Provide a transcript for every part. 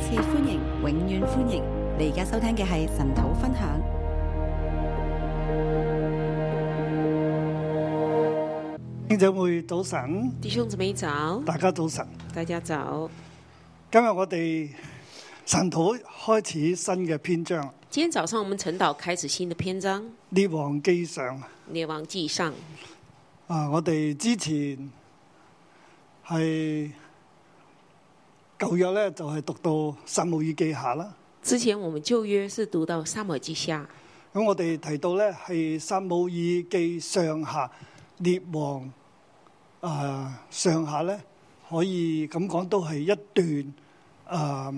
次歡迎，永遠歡迎！你而家收聽嘅係神土分享。兄姐妹早晨，弟兄姊妹早，大家早晨。大家早。今日我哋神土開始新嘅篇章《今天早上我們晨禱開始新的篇章《列王記上》列王記上》。啊！我哋之前係舊約咧，就係、讀到撒母耳記下啦。之前我們舊約是讀到撒母耳記下，咁我哋提到咧係撒母耳記上下列王啊上下咧，可以咁講都係一段啊，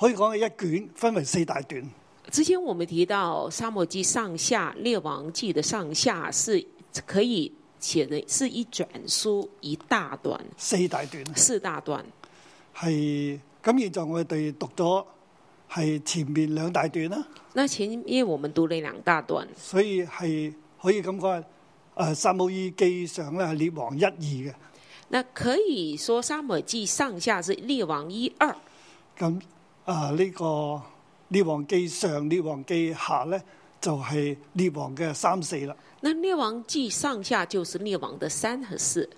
可以講係一卷，分為四大段。之前我們提到撒母耳記上下列王記的上下是可以寫的是一卷書一大段四大段四大段。係咁，現在我哋讀咗係前面兩大段啦，那前面我們讀了兩大段，所以係可以咁講，誒、撒母耳記上咧係列王一二嘅，那可以說撒母耳記上下是列王一二，咁啊呢個列王記上、列王記下咧就係、列王嘅三四啦。那列王記上下就是列王的三和四。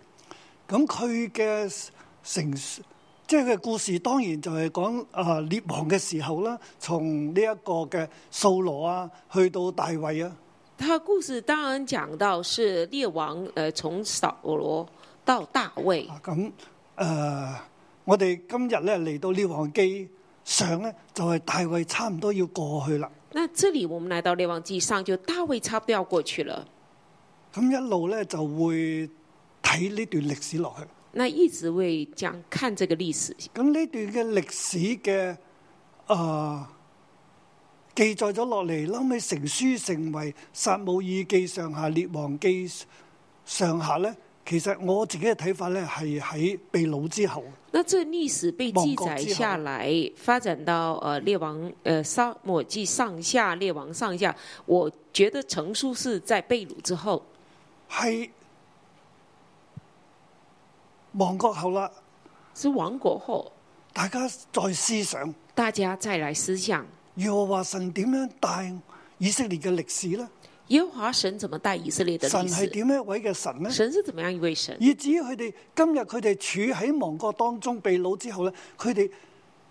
咁佢嘅成即係嘅故事，當然就係講啊列王嘅時候啦，從呢一個嘅掃羅啊，去到大衛啊。他的故事当然讲到是列王，呃，从扫罗到大卫。啊，咁誒、呃我哋今日咧嚟到列王記上咧，就係、大衛差唔多要過去啦。那这里我们来到列王记上，就大卫差不多要过去了，咁一路咧就會睇呢段歷史落去。那一直会讲看这个历史。咁呢段嘅歷史嘅誒、呃、記載咗落嚟，後尾成書成為撒母耳記上下列王記上下咧。其實我自己嘅睇法咧，係喺被擄之後。那这历史被记载下来，发展到呃列王呃撒母耳记上下列王上下，我觉得成书是在被掳之后，係亡國後啦，是亡国后，大家再思想，大家再来思想耶和華神點樣帶以色列嘅歷史呢？耶和华神怎么带以色列的神历係史，點樣一位嘅神呢？神是怎么样一位神？以至於佢哋今日佢哋處喺亡國當中被擄之後呢，佢哋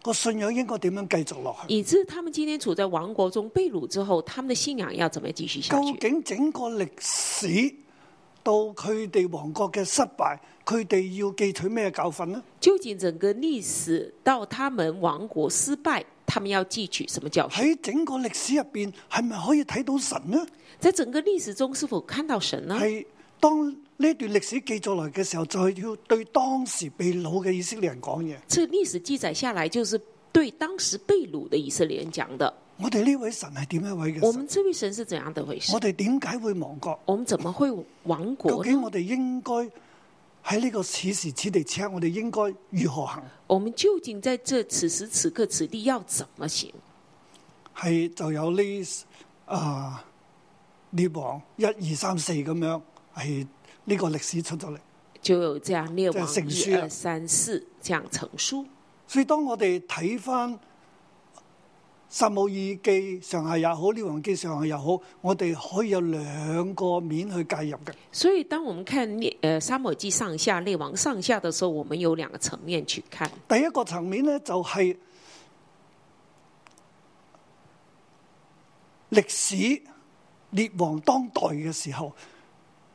個信仰應該點樣繼續落去？以致他们今天处在亡国中被掳之后，他们的信仰要怎么继续下究去？竟整個歷史到佢哋亡國嘅失敗，佢哋要記取咩教訓呢？究竟整个历史到他们亡国失败，他们要汲取什么教训？喺整個歷史入邊，係咪可以睇到神呢？在整个历史中是否看到神呢？係當呢段歷史記載來嘅時候，就係要對當時被擄嘅以色列人講嘢。这历史记载下来，就是对当时被掳的以色列人讲的。我哋呢位神係點一位嘅我神？们这位神是怎样的回事我？哋點解會亡國？我们怎么会亡究国竟呢？我哋應該喺呢個此時此地此刻，我哋應該如何行？我们究竟在这此时此刻此地要怎么行？係就有呢啊列王一二三四咁樣係呢個歷史出咗嚟。就有这样列王在圣一书啊二三四这样成书。所以當我哋睇翻撒母耳記上下也好，列王記上下也好，我哋可以有兩個面去介入嘅。所以，当我们看列呃《沙漠记》上下、列王上下的时候，我们有两个层面去看。第一個層面呢，就係、歷史列王當代嘅時候，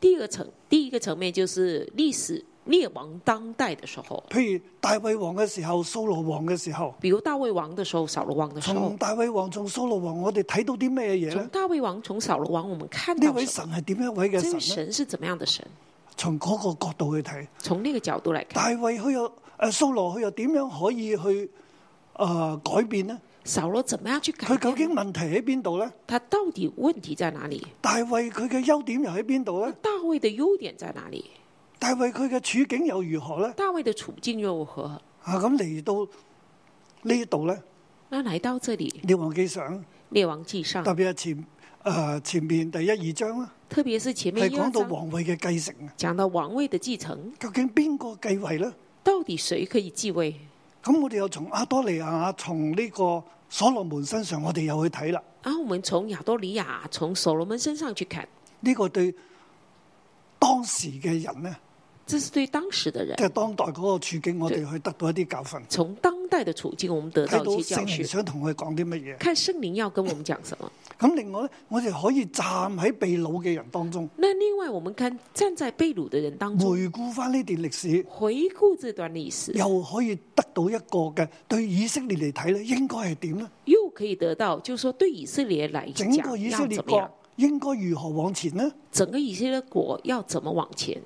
第一个层，第一个层面就是历史列王当代的时候，譬如大衛王嘅時候、掃羅王嘅時候，比如大衛王的时候、扫罗王的时候從。大衛王、從掃羅王，我哋睇到啲咩嘢从呢？大衛王、从扫罗王，我们看呢到位什神么？係點樣一位这位嘅神呢？神是怎么样的神？從嗰個角度去睇。从那个角度来看，大衛佢又誒掃羅佢又點樣可以去誒、呃改變呢？扫罗怎么样去改佢究變？竟問題喺邊度呢？他到底问题在哪里？大衛佢嘅優點又喺邊度呢？大衛的优点在哪里？大衛佢嘅處境又如何呢？大衛的处境又如何？啊咁嚟到呢度呢，那来到这里，《列王記上列王记上特》，別係前誒、呃前面第一二章啦，特别是前面係一二講到章皇位嘅繼承啊。讲到王位的继承，究竟邊個繼位呢？到底谁可以继位？咁我哋又從亞多利亞、從呢個所羅門身上，我哋又去睇啦。啊，我们从亚多里亚、从所罗门身上去看，呢、個對當時嘅人呢，这是对当时的人即係當代嗰個處境，我哋去得到一啲教訓，从当代的处境，我们得睇到到一些聖教靈训。想同佢講啲乜嘢。看圣灵要跟我们讲什么。咁另外咧，我哋可以站喺被掳嘅人當中，那另外，我们看站在被掳的人当中，回顧翻呢段歷史，回顾这段历史，又可以得到一個嘅對以色列嚟睇咧，應該係點呢？又可以得到，就是说对以色列来整讲個以色要列怎么样國，應該如何往前呢？整个以色列国要怎么往前。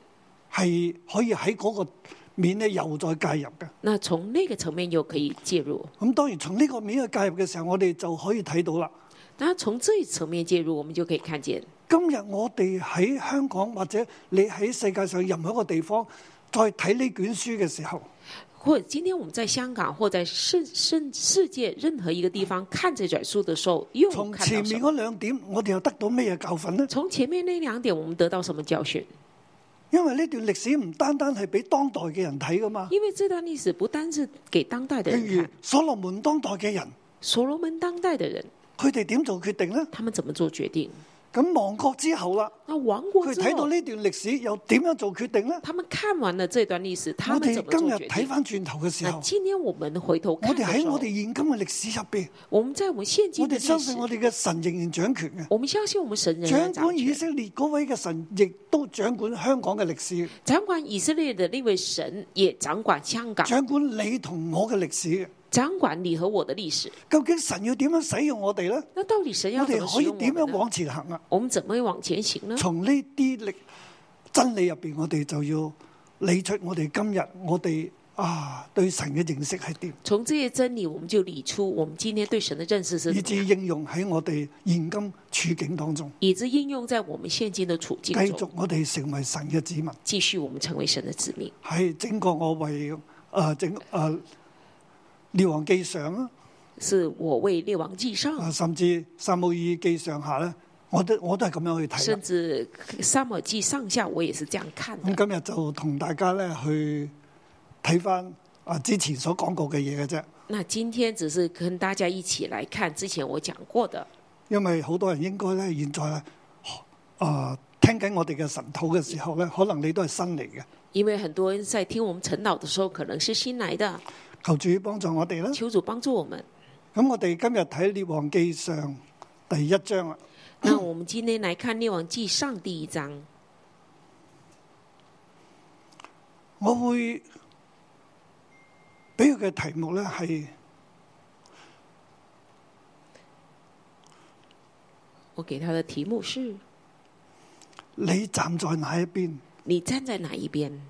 係可以喺嗰個面咧又再介入嘅。那从那个层面又可以介入。咁當然從呢個面去介入嘅時候，我哋就可以睇到啦。那从这一层面介入，我们就可以看见，今日我哋喺香港或者你喺世界上任何一個地方，再睇呢卷書嘅時候，或者今天我们在香港或在世世世界任何一个地方看这本书的时候，又從看到前什面么？嗰兩點，我哋又得到咩嘢教訓呢？从前面那两点，我们得到什么教训？因為呢段歷史唔單單係俾當代嘅人睇噶嘛，因为这段历史不单是给当代的譬人如看，所羅門當代嘅人，所罗门当代的人，佢哋點做決定呢？他们怎么做决定？咁亡國之後啦，那亡国佢之睇到后，呢段歷史又點樣做決定呢？他们看完了这段历史，他我们哋怎么今做日决睇定？翻轉頭嘅時那候，今天我们回头我看哋的时喺候，我哋現今嘅歷史入邊，我们在我们现今我的哋历史相，信我哋嘅神仍然掌權嘅。我们相信我们神人掌人掌管以权。色列嗰位嘅神，亦都掌管香港嘅歷史，掌管以色列的那位神也掌管香港，掌管你同我嘅歷史。掌管你和我的历史。究竟神要點樣使用我哋呢？那到底神我要怎么哋可使以用我點们樣呢？往前行啊？我们怎么往前行呢？從呢啲歷真理入边，我哋就要理出我哋今日我哋啊對神嘅認識係點，从这些真理，我们就理出我们今天对神的认识是以怎么至样，應用喺我哋現今處境當中，以致应用在我们现今的处繼境續中，我哋成為神嘅子民，继续我们成为神的子民。係整個我為诶、呃整诶、呃列王記上啊。是我为列王记啊，上，甚至撒母耳記上下咧，我都我都係咁樣去睇甚啦。至沙漠记上下，我也是这样看咁的。今日就同大家咧去睇翻啊之前所講過嘅嘢嘅啫，那今天只是跟大家一起来看之前我讲过的，因為好多人應該咧現在咧啊聽緊我哋嘅神土嘅時候咧，可能你都係新嚟嘅。因为很多人在听我们陈导的时候，可能是新来的，求主幫助我哋啦。求主帮助我们。咁我哋今日睇《列王記上》第一章啊，那我们今天来看《列王记上》第一章，我會俾佢嘅題目咧係我给他的题目是：你站在哪一邊？你站在哪一边？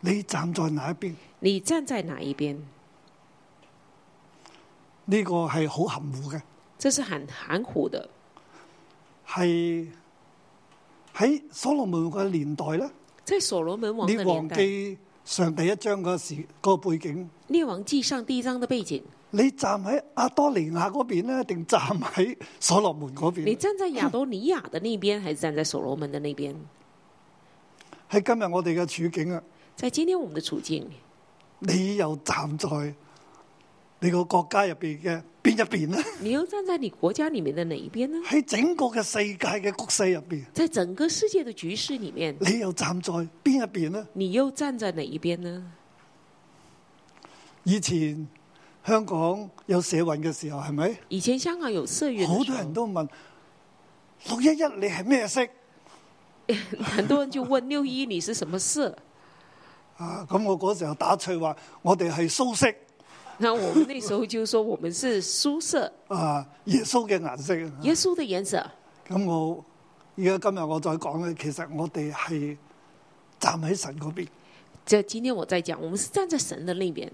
你站在哪一邊？你站在哪一边？呢、個係好含糊嘅。这是很含糊的。係喺所羅門嘅年代咧，在所罗门王列的年王代，《記上第一章嗰時嗰個背景，列王记上》第一章的背景，你站喺阿多尼亞嗰邊咧，定站喺所羅門嗰你邊？站在亚多尼亚的那边，还是站在所罗门的那边？喺今日我哋嘅處境啊，在今天我们的处境，你又站在你個國家入邊嘅邊一邊咧？你又站在你国家里面的哪一边呢？ 喺整個嘅世界嘅局勢入邊，在整个世界的局势里面，你又站在邊一邊咧？你又站在哪一边呢？以前香港有社運嘅時候，係咪以前香港有社运好的时多人候，都問六一一你係咩色？很多人就问六一你是什么社？啊，咁我嗰時候打趣話，我哋係蘇式那我们那时候就说我们是苏色，啊，耶穌嘅顏色。耶稣的颜色。咁我而家今日我再講咧，其實我哋係站喺神嗰邊，这今天我在讲，我们是站在神的那边，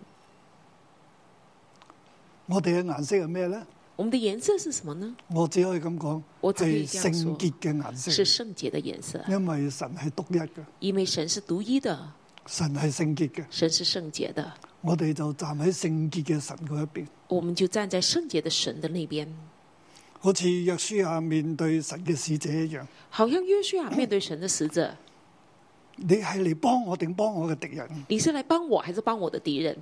我哋嘅顏色係咩咧？我们的颜色是什么呢？我只可以咁講，我只可以係這樣聖說潔嘅顏是色，圣洁的颜色，因為神係獨一嘅，因为神是独一的，神係聖潔嘅，神是圣洁的，我哋就站喺聖潔嘅神嗰一邊。我们就站在聖洁的神的那边，好似約書亞面對神嘅使者一樣，好像约书亚面对神的使者，你係嚟幫我定幫我嘅敵人？你是来帮我还是帮我的敌人？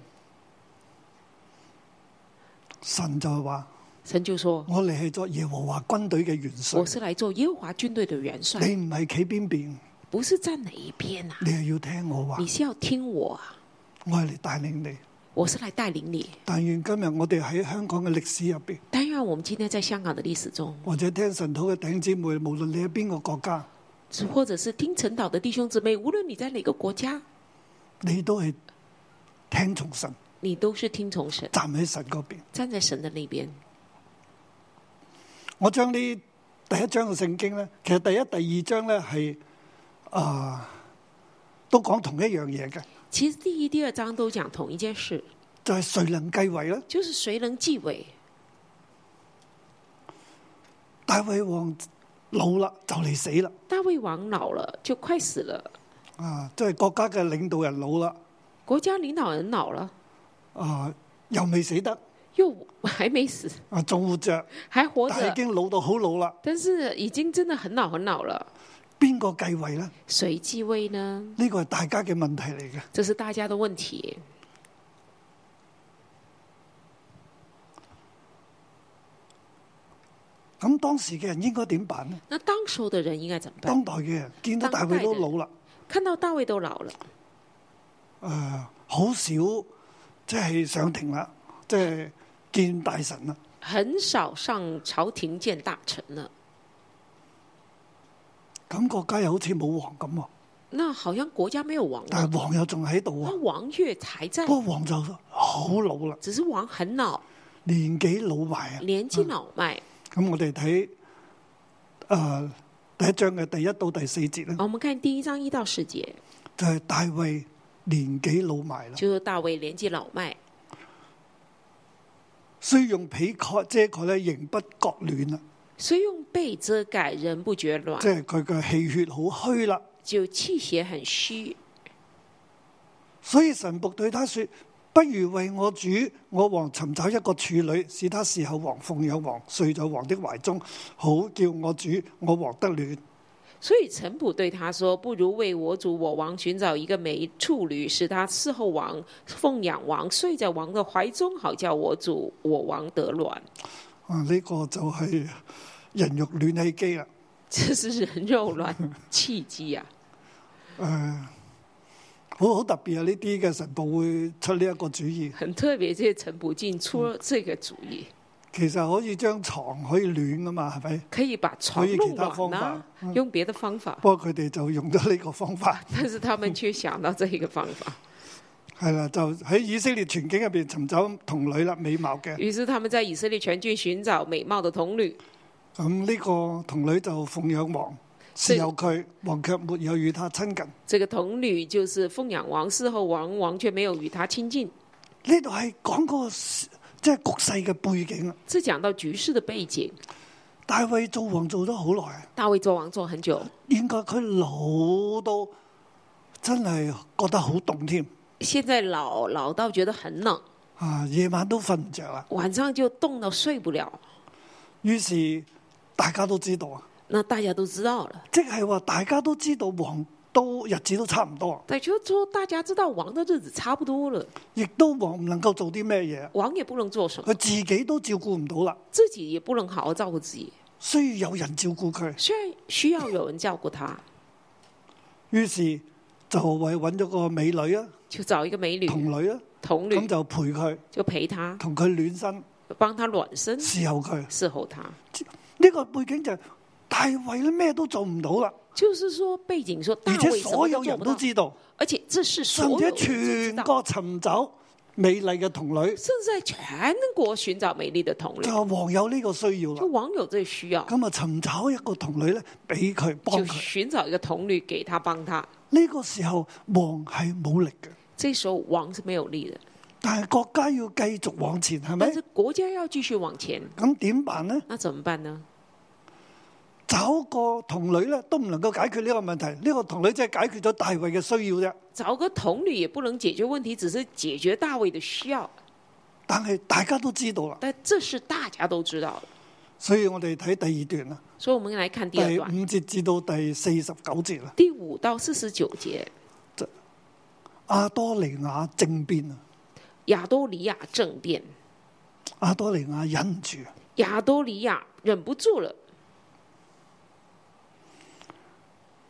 神就係話：神就說我嚟係作耶和華軍隊嘅元我帥，是来做耶和华军队的元帅，你唔係企邊邊，不是站哪一边啊，你係要聽我話你，是要听我啊，我係嚟帶領你。我是来带领你。但願今日我哋喺香港嘅歷史入邊，但愿我们今天在香港的歷史中，或者聽神土嘅弟兄姊妹，無論你喺邊個國家，或者是听陈导的弟兄姊妹，无论你在哪个国家，你都係聽從神，你都是听从神，站喺神嗰邊。站在神的那边。我將呢第一章嘅聖經咧，其實第一、第二章咧係啊都講同一樣嘢嘅，其实第一、第二章都讲同一件事，就係、誰能繼位咧？就是谁能继位。大衛王老啦，就嚟死啦，大卫王老了，就快死了；啊，即係國家嘅領導人老啦，国家领导人老了，啊又未死得，又还没死，啊仲活着，还活但係已着，經老到好老啦，但是已经真的很老很老了。邊個繼位咧？谁继位呢？呢個係大家嘅問題嚟嘅。这是大家的问题。咁當時嘅人應該點辦呢？那当时候的人应该怎么办？當代嘅人見到大衛都老啦，看到大卫都老了，誒、呃好少即係上庭啦，即係見大臣啦。很少上朝廷见大臣了，咁國家又好似冇王咁喎，那好像国家没有王但了，係王又仲喺度那喎。王月还在，不過王就好老啦，只是王很老，年紀老埋啊。年纪老迈。咁我哋睇誒第一章嘅第一到第四節咧好，，我们看第一章一到十节，就係、大衛年紀老埋啦，就是大卫年纪老迈，雖用被蓋遮蓋咧，仍不覺暖啦，虽用被遮盖，人不觉暖即，係佢嘅氣血好虛啦。就气血很虚。所以神仆對他說：不如為我主我王尋找一個處女，使他侍候王、奉養王，睡在王的懷中，好叫我主我王得暖。所以陈普对他说：“不如为我主我王寻找一个美处女，使他伺候王、奉养王，睡在王的怀中，好叫我主我王得暖。 啊，呢、個就係人肉暖氣機啦。”这是人肉暖气机啊！诶、呃好好特別啊！呢啲嘅神仆會出呢一個主意，很特别，这些陈普进出了这个主意，其實可以將床可以暖噶嘛，係咪？可以把床可以弄给他暖方啊法，嗯用别的方法，不過佢哋就用咗呢個方法，但是他们却想到这一个方法。係啦，就喺以色列全境入边尋找童女啦，美貌嘅。于是他们在以色列全境寻找美貌的童女，咁呢個童女就奉養王，所以是有佢，王卻沒有與他親近。这个童女就是奉养王，侍候王，王却没有与她亲近。呢度係講個即係局勢嘅背景啊！这讲到局势的背景，大衛做王做咗好耐，大卫做王做很久，應該佢老到真係覺得好凍添现在老老到觉得很冷，啊！夜晚都瞓唔着啊啦。晚上就冻到睡不了。於是大家都知道啊，那大家都知道了，即係話大家都知道王都日子都差唔多，但就说大家知道王的日子差不多了，亦都王唔能夠做啲咩嘢，王也不能做什佢么，自己都照顧唔到啦，自己也不能好好照顾自己，需要有人照顧佢。虽然需要有人照顾他，於是就為揾咗個美女啊，就找一个美女童女啊，嗯童咁女，就陪佢，就陪他，同佢暖身，帮他暖身，侍候佢。呢、侍候他。個背景就係大衛咧咩都做唔到啦，就是说，背景说大而且卫什所么有都做人不都到，知道，而且这是所甚有至人都知全道，國尋找美麗嘅童女，甚至在全国寻找美丽的同类就。王有呢個需要啦嗯就。网友最需要，咁啊，尋找一個童女咧，俾佢幫就佢。寻找一个童女给他帮他。呢、個時候王係冇力嘅，这时候王是没有力的，但係國家要繼續往前，係咪但？是国家要继续往前，咁點辦呢？那怎么办呢？找個童女咧都唔能夠解決呢個問題。呢、個童女只係解決咗大衛嘅需要啫。找个童女也不能解决问题，只是解决大卫的需要。但係大家都知道啦，但这是大家都知道的，所以我哋睇第二段啦，所以我们来看第二第段，五節至到第四十九節啦。第五到四十九节，亞多尼亞政變啊，亚多里亚政变，亞多尼亞忍唔住啊，亚多里亚忍不住了，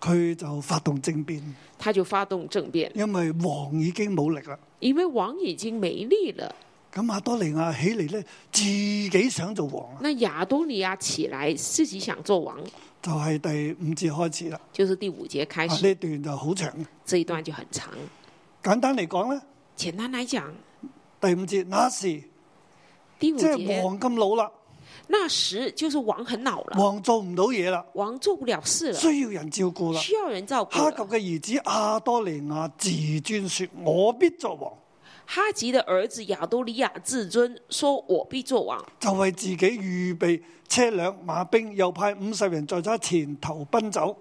佢就發動政變，他就发动政变，因為王已經冇力啦。因为王已经没力了。咁亞多尼亞起嚟咧，自己想做王啊，那亚多里亚起来，自己想做王，就係、第五節開始啦。就是第五节开啊始，呢段就好長嘅，这一段就很长。簡單嚟講咧，简单来讲，第五節那時第五即係节王咁老啦，那时就是王很老了，王做唔到嘢啦，王做不了事了，需要人照顧啦。需要人照顾哈及了。嘅兒子亞多尼亞自尊說：我必作王，哈吉的儿子亚多里亚自尊说：“我必做王。”就為自己預備車輛馬兵，又派五十人在他前頭奔走。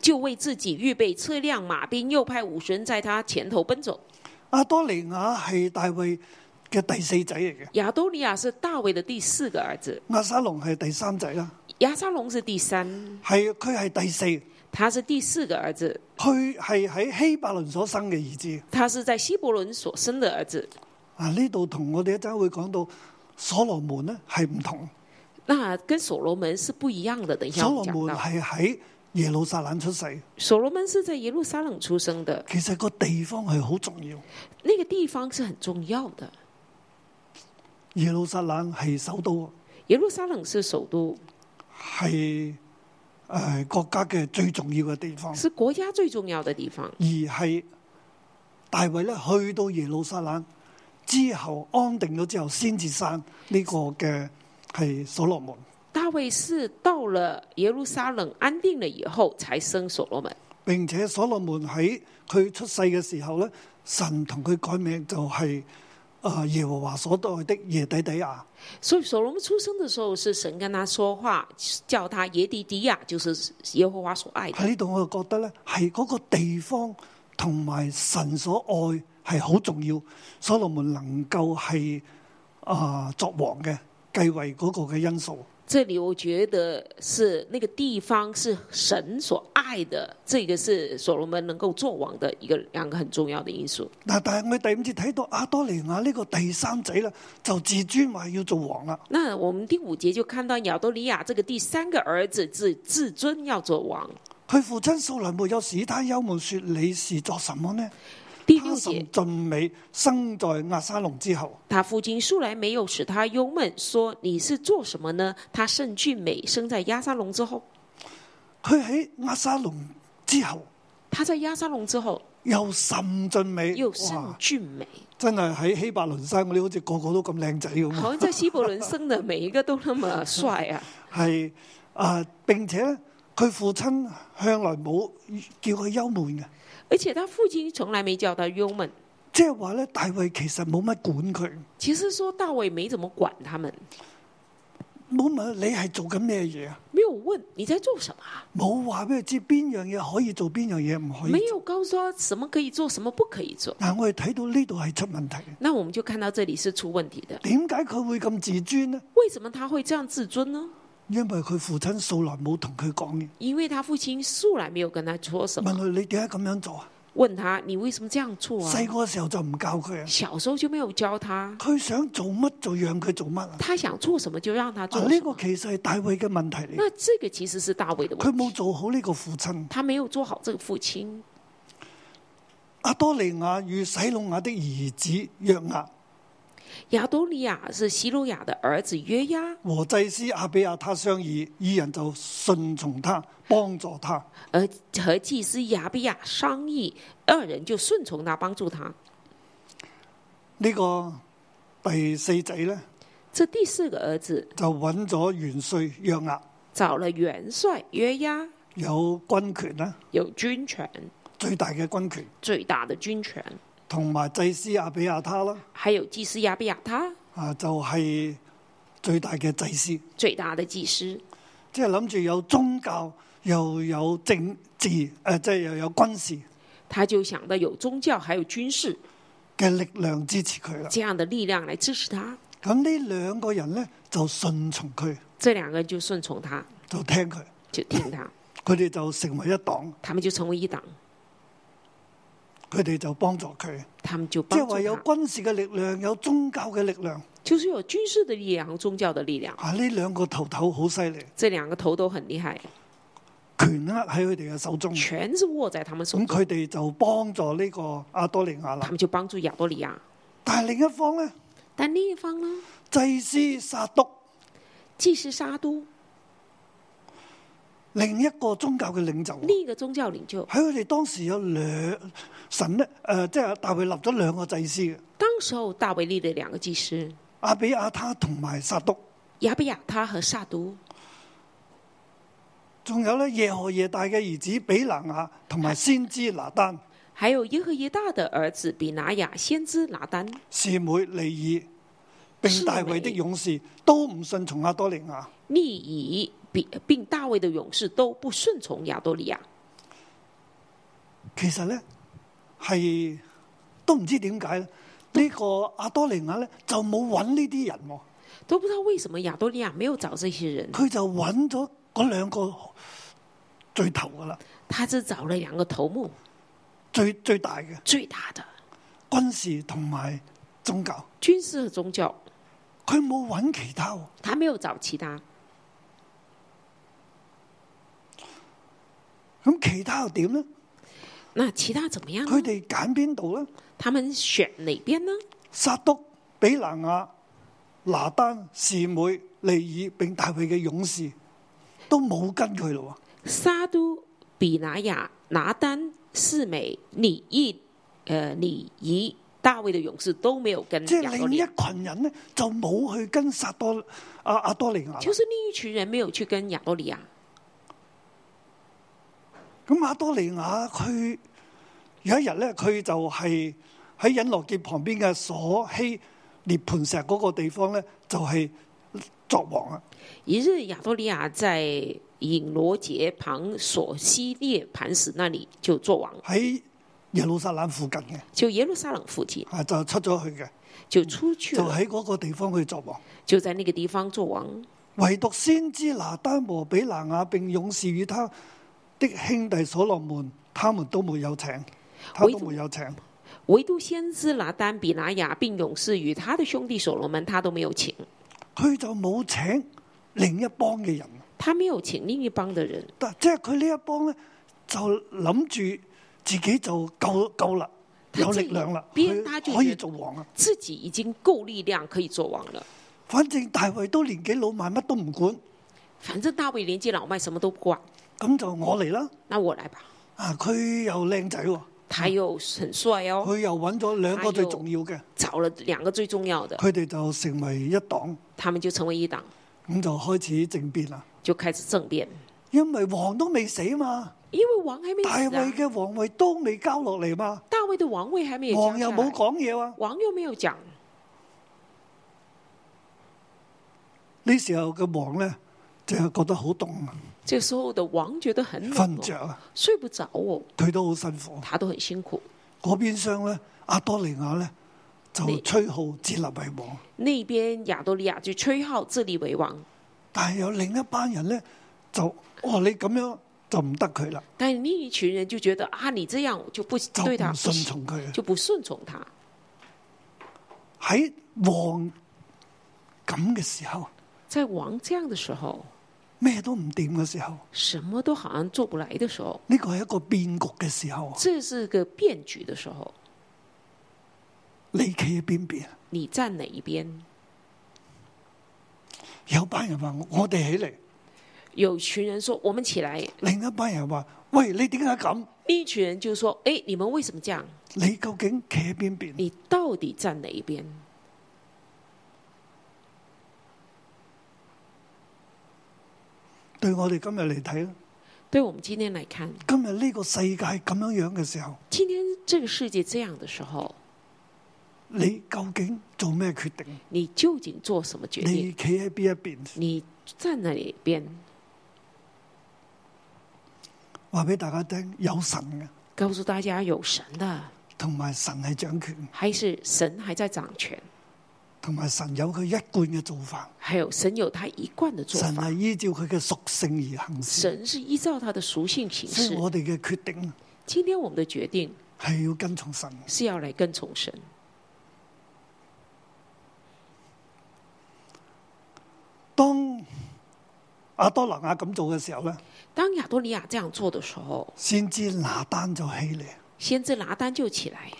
就为自己预备车辆、马兵，又派武神在他前头奔走。亞多尼亞係大衛嘅第四仔嚟嘅，亚多尼亚是大卫的第四个儿子，亞沙龍係第三仔啦，亚沙龙是第三，係佢係第四，他是第四个儿子，佢係喺希伯倫所生嘅兒子。他是在希伯伦所生的儿子。啊，呢度同我哋一陣會講到所羅門呢係唔同，那跟所罗门是不一样的。等一下所羅我们讲門到，係喺耶路撒冷出世，所罗门是在耶路撒冷出生的，其實個地方係好重要，那个地方是很重要的。耶路撒冷係首都。耶路撒冷是首都，係诶、呃、国家嘅最重要嘅地方，是国家最重要的地方。而係大衛咧去到耶路撒冷之後安定咗之後，先至生呢個嘅係所羅門，大卫是到了耶路撒冷安定了以后，才生所罗门。並且所羅門喺佢出世嘅時候咧，神同佢改名就係呃耶和華所代的耶底底亞，所以所罗门出生的时候是神跟他说话，叫他耶底底亚，就是耶和华所爱的。喺呢度我就覺得咧係嗰個地方同埋神所愛係好重要，所羅門能夠係啊作王嘅繼位嗰個嘅因素。这里我觉得是那个地方是神所爱的，这个是所罗门能够做王的一个两个很重要的因素。嗱，但係我哋第五節睇到阿多尼亞呢個第三仔咧，就自尊話要做王啦。那我们第五节就看到亚多利亚这个第三个儿子自自尊要做王。佢父親素來沒有使他憂悶，說你是作什麼呢？第他六甚节，俊美，生在亞沙龍之後。他父亲素来没有使他忧闷，说你是做什么呢？他甚俊美，生在亚沙龙之后。佢喺亞沙龍之後他在亚沙龙之后又甚俊美，又甚哇俊美。真係喺希伯倫山嗰啲，好似個個都咁靚仔咁好啊！像在希伯伦生的每一个都那么帅啊！係啊，並且咧，佢父親向來冇叫佢憂悶嘅，而且他父亲从来没叫他忧闷。即係話咧，大衛其實冇乜管佢，其实说大卫没怎么管他们，冇問你係做緊咩嘢啊，没有问你在做什么啊，冇話俾佢知邊樣嘢可以做，邊樣嘢唔可没以做。有告诉他什么可以做，什么不可以做。嗱，我哋睇到呢度係出問題，那我们就看到这里是出问题的。點解佢會咁自尊呢？为什么他会这样自尊呢？因為佢父親素來冇同佢講嘅，因为他父亲素来没有跟他说什問么，佢你點解咁樣做啊？问他你为什么这样做啊？細個嘅時候就唔教佢啊，小时候就没有教他，佢想做乜就讓佢做乜啊！他想做什么就让他做嗱，什呢個么。其實係大衛嘅問題嚟嘅。那这个其实是大卫的佢问冇题，做好呢個父親。他没有做好这个父亲。阿多利亞與洗魯雅的兒子約押亚多利亚是希路亚的儿子约押，和祭司亞比亞他商議，二人就順從他，幫助他。而和祭司亚比亚商议，二人就顺从他，帮助他。呢、個第四仔呢，这第四个儿子就揾咗元帥約押，找了元帅约押，有軍權啦，有军权，最大嘅軍權，最大的军权，同埋祭司亞比亞他啦，还有祭司亚比亚他，啊就係最大嘅祭司，最大的祭司。即係諗住有宗教又有政治，誒、即係又有軍事他就想到有宗教还有军事嘅力量支持佢啦。这样的力量来支持他，咁呢兩個人呢，就順從佢，这两个人就顺从他，就聽佢，就听他，佢哋就成為一黨，他们就成为一党，佢哋就幫助佢。他们就即帮係助話有他，軍事嘅力量，有宗教嘅力量，就是有军事的力量和宗教的力量，啊呢兩個頭頭好犀利，这两个头都很厉害，權握喺佢哋嘅手中。全是握在他们手咁中，佢哋就幫助呢個阿多利亞他啦。们就帮助亚多里亚。但係另一方呢，但另一方呢，祭司撒督既是沙都，另一個宗教嘅領袖喎。另一个宗教领袖，喺佢哋當時有兩神咧，誒、即係大衛立咗兩個祭司嘅，当时候大卫立的两个祭司阿比亞他同埋撒督，亚比亚他和撒都，仲有咧耶何耶大嘅兒子比拿雅同埋先知拿單、还有耶和耶大的儿子比拿雅、先知拿丹、示每利爾並示大衛的每勇士都唔信從亞多利亞，利以比并大卫的勇士都不顺从亚多里亚。其實咧係都唔知點解咧，呢、個亞多利亞咧就冇揾呢啲人喎，都不知道为什么亚多利亚没有找这些人，佢就揾咗嗰兩個最頭噶啦，他只找了两个头目，最最大嘅最大的軍事同埋宗教。军事和宗教，佢冇揾其他喎，他没有找其他。咁其他又點呢？那其他怎么样呢佢哋揀邊度呢？他们选哪边呢？撒督、比拿亞、拿丹、士妹、利爾並大衛嘅勇士都冇跟佢咯沙都、比拿雅、拿丹、士美、李毅、呃李仪、大卫的勇士都嗯没有跟喎，即亚係多另利一亚，群人呢，就冇去跟撒多啊阿阿多利亞啦。就是另一群人没有去跟亚多利亚。咁阿多利亞佢有一日咧，佢就係喺引羅傑旁邊嘅所希涅盤石嗰個地方咧，就係、作王啊！一日，亚多利亚在引罗杰旁索西列磐石那里就做王，喺耶路撒冷附近嘅，就耶路撒冷附近啊就出咗去嘅。就出去就了，喺嗰個地方去作王。就在那个地方做王。唯獨先知拿單和比拿雅並勇士與他的兄弟所羅門，他們都沒有請，他唯都獨沒有請。唯独先知拿丹、比拿雅并勇士与他的兄弟所罗门，他都没有请，佢就冇請另一幫嘅人，他没有请另一帮的人。但即係佢呢一幫呢，就諗住自己就夠夠啦，他有自己力量啦，邊他就佢可以覺得做王啊！自己已经够力量可以做王了。反正大衛都年紀老邁，乜都唔管，反正大卫年纪老迈，什么都不管，咁就我嚟啦。那我来吧。啊，佢又靚仔喎，他又很帅哦，佢又揾咗兩個最重要嘅，找了兩個最重要的，佢哋就成為一黨。他們就成為一黨，咁就開始政變啦。就開始政變。因為王都未死嘛，因為王還沒大死衛啊，嘅王位都未交落嚟嘛，大衛的王位還沒有王又降下冇來，講嘢喎。王又沒有講。呢時候嘅王咧就係覺得好凍啊，這時候的王覺得很瞓冷唔哦，着啊，睡不着哦，佢都好辛苦。他都很辛苦。嗰邊廂咧，阿多利亞咧就吹號自立為王，那邊亞多利亞就吹號自立為王，但係有另一班人咧就哦你咁樣就唔得佢啦，但另一群人就覺得啊，你這樣我就不就對他唔順從佢啊。就不順從他。喺王咁嘅時候，在王這樣的時候，咩都唔掂嘅時候，什麼都好像做不來的時候，呢個係一個變局嘅時候，这是个變局的時候，你企喺邊邊啊？你站哪一邊？有班人話我哋起嚟，有群人說我們起來，另一班人話：喂，你點解咁？另一群人就說：哎，你們為什麼這樣？你究竟企喺邊邊？你到底站哪一邊？對我哋今日嚟睇咧，對我們今天來看，今日呢個世界咁樣樣嘅時候，今天這個世界這樣的時候，你究竟做咩決定？ 你究竟做什麼決定？你企喺邊一邊？你站哪一邊？話俾大家聽，有神嘅，告訴大家，有神的，同埋神係掌權。還是神還在掌權？同埋神有佢一貫嘅做法。还有神有他一贯的做神法係，依照佢嘅屬性而行事，神是依照他的属性行所以事。我哋嘅決定今天我们的决定係要跟從神。是要来跟从神。當阿多拿雅咁做嘅時候咧，当亚多尼亚这样做的时候，先知拿單就起嚟，先知拿单就起来，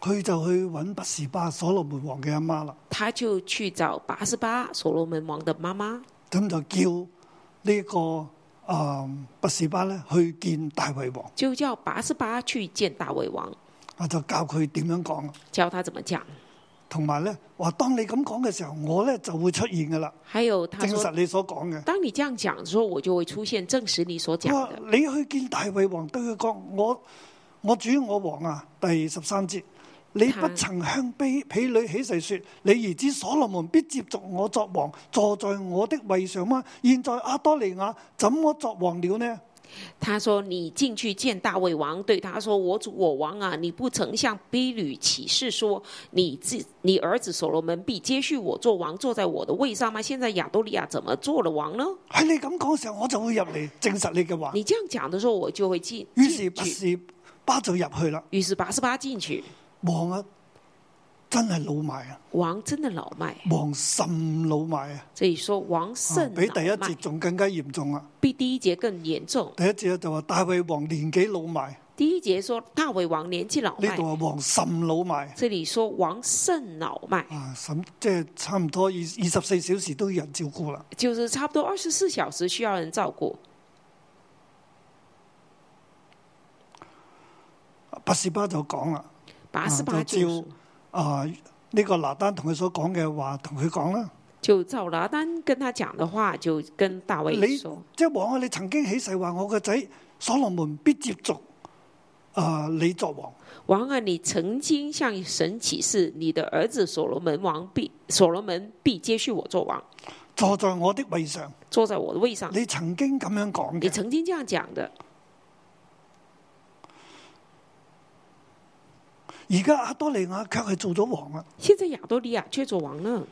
佢就去揾拔士巴所羅門王嘅阿媽啦，他就去找拔示巴所罗门王的妈妈，咁就叫呢、個个呃拔士巴咧去見大衛王，就叫拔示巴去见大卫王，啊就教佢點樣講，教他怎么讲。同埋咧話當你咁講嘅時候，我咧就會出現噶啦，还有他證實说，你所講嘅。当你这样讲的时候，我就会出现，证实你所讲我話的。你去見大衛王，對佢講：我我主我王啊！第十三節，你他不曾向婢婢女起誓說，你兒子所羅門必接續我作王，坐在我的位上嗎？現在阿多利亞怎麼作王了呢？他说：“你进去见大卫王，对他说：‘我主我王啊，你不曾向卑吕起誓说，你自你儿子所罗门必接续我做王，坐在我的位上吗？’现在亚多利亚怎么做了王呢？喺你咁講嘅時候，我就會入嚟證實你嘅話。你这样讲的时候，我就会进於是进拔去。士巴就入去啦。于是八十八进去，王啊，真係老邁啊！王真的老迈。王甚老邁啊！这里说王啊甚比第一老節迈，仲更加嚴重啊！比第一节更严重。第一節就話大衛王年紀老邁。第一节说大卫王年纪老呢迈，度啊，王甚老埋这里说王甚老迈，啊，甚即係差唔多二二十四小時都要人照顧啦。就是差不多二十四小时需要人照顾。啊拔士巴就講啦，八十啊八就照啊呢個拿單同佢所講嘅話同佢講啦。就照拿单跟他讲的话，就跟大你卫说：即係王啊，你曾經起誓話我個仔所羅門必接續啊你作王，王啊，你曾经向神起誓，你的儿子所罗门王必所罗门必接续我做王，坐在我的位上。坐在我的位上。你曾經咁樣講你嘅，曾经这样讲的，而家阿多利亞卻係做咗王啊，现在亚多利亚却做王了，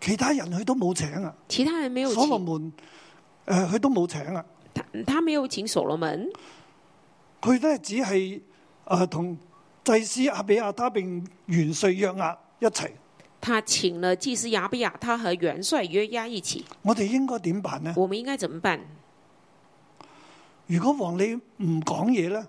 其他人佢都冇請啊，其他人没有所羅请門誒佢、都冇請啊。他，他没有请所罗门，佢咧只係誒同祭司阿比亞他並元帥約押一齊。他请了祭司亚比亚他和元帅约押一起。我哋應該點辦呢？我们应该怎么办？如果王你唔講嘢呢？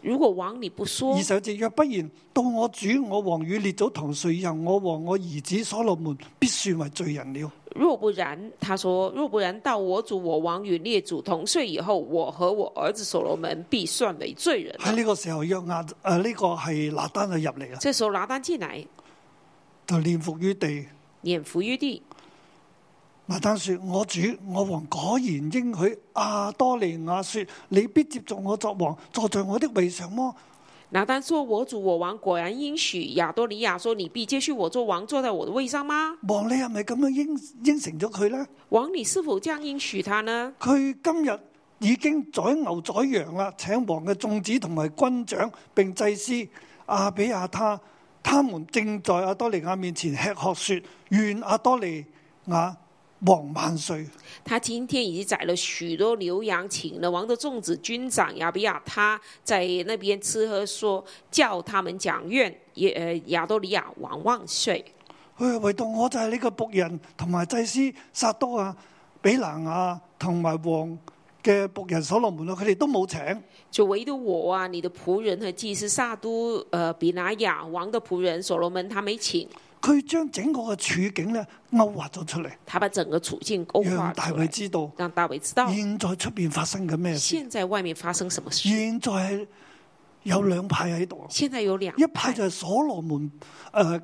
如果王你不说二，十一節若不然，到我主我王與列祖同睡以後，我和我兒子所羅門必算為罪人了。若不然，他说：若不然，到我主我王与列祖同睡以后，我和我儿子所罗门必算为罪人喺了。呢個時候，約押誒呢個係拿單就入嚟啦，这时候拿单进来，就念伏於地。脸伏于地。拿單說：我主我王果然應許亞多利亞說：你必接續我作王，坐在我的位上麼？拿单说：我主我王果然应许亚多尼亚说：你必接续我做王，坐在我的位上吗？王你係咪咁樣應應承咗佢呢？王，你是否这样应许他呢？佢今日已經宰牛宰羊啦，請王嘅眾子同埋軍長並祭司啊阿比亞他，他們正在阿多利亞面前吃喝說：願阿多利亞王萬歲！他今天已经宰了许多牛羊，请了王的众子军长亚比亚他在那边吃喝说，叫他们讲愿也呃亚多尼亚王万岁。佢哎話唯獨我就係你個仆人同埋祭司撒多啊、比拿雅同埋王嘅仆人所羅門啊，佢哋都冇請。就唯独我啊，你的仆人和祭司撒都、呃比拿雅王的仆人所罗门，他没请，佢將整個嘅處境咧勾畫咗出嚟，他把整个处境勾画讓大哦出衛来，知道让大卫知道現在出邊發生緊咩事。现在外面发生什么事。現在係有兩派喺度，现在有两一派就係所羅門诶、呃、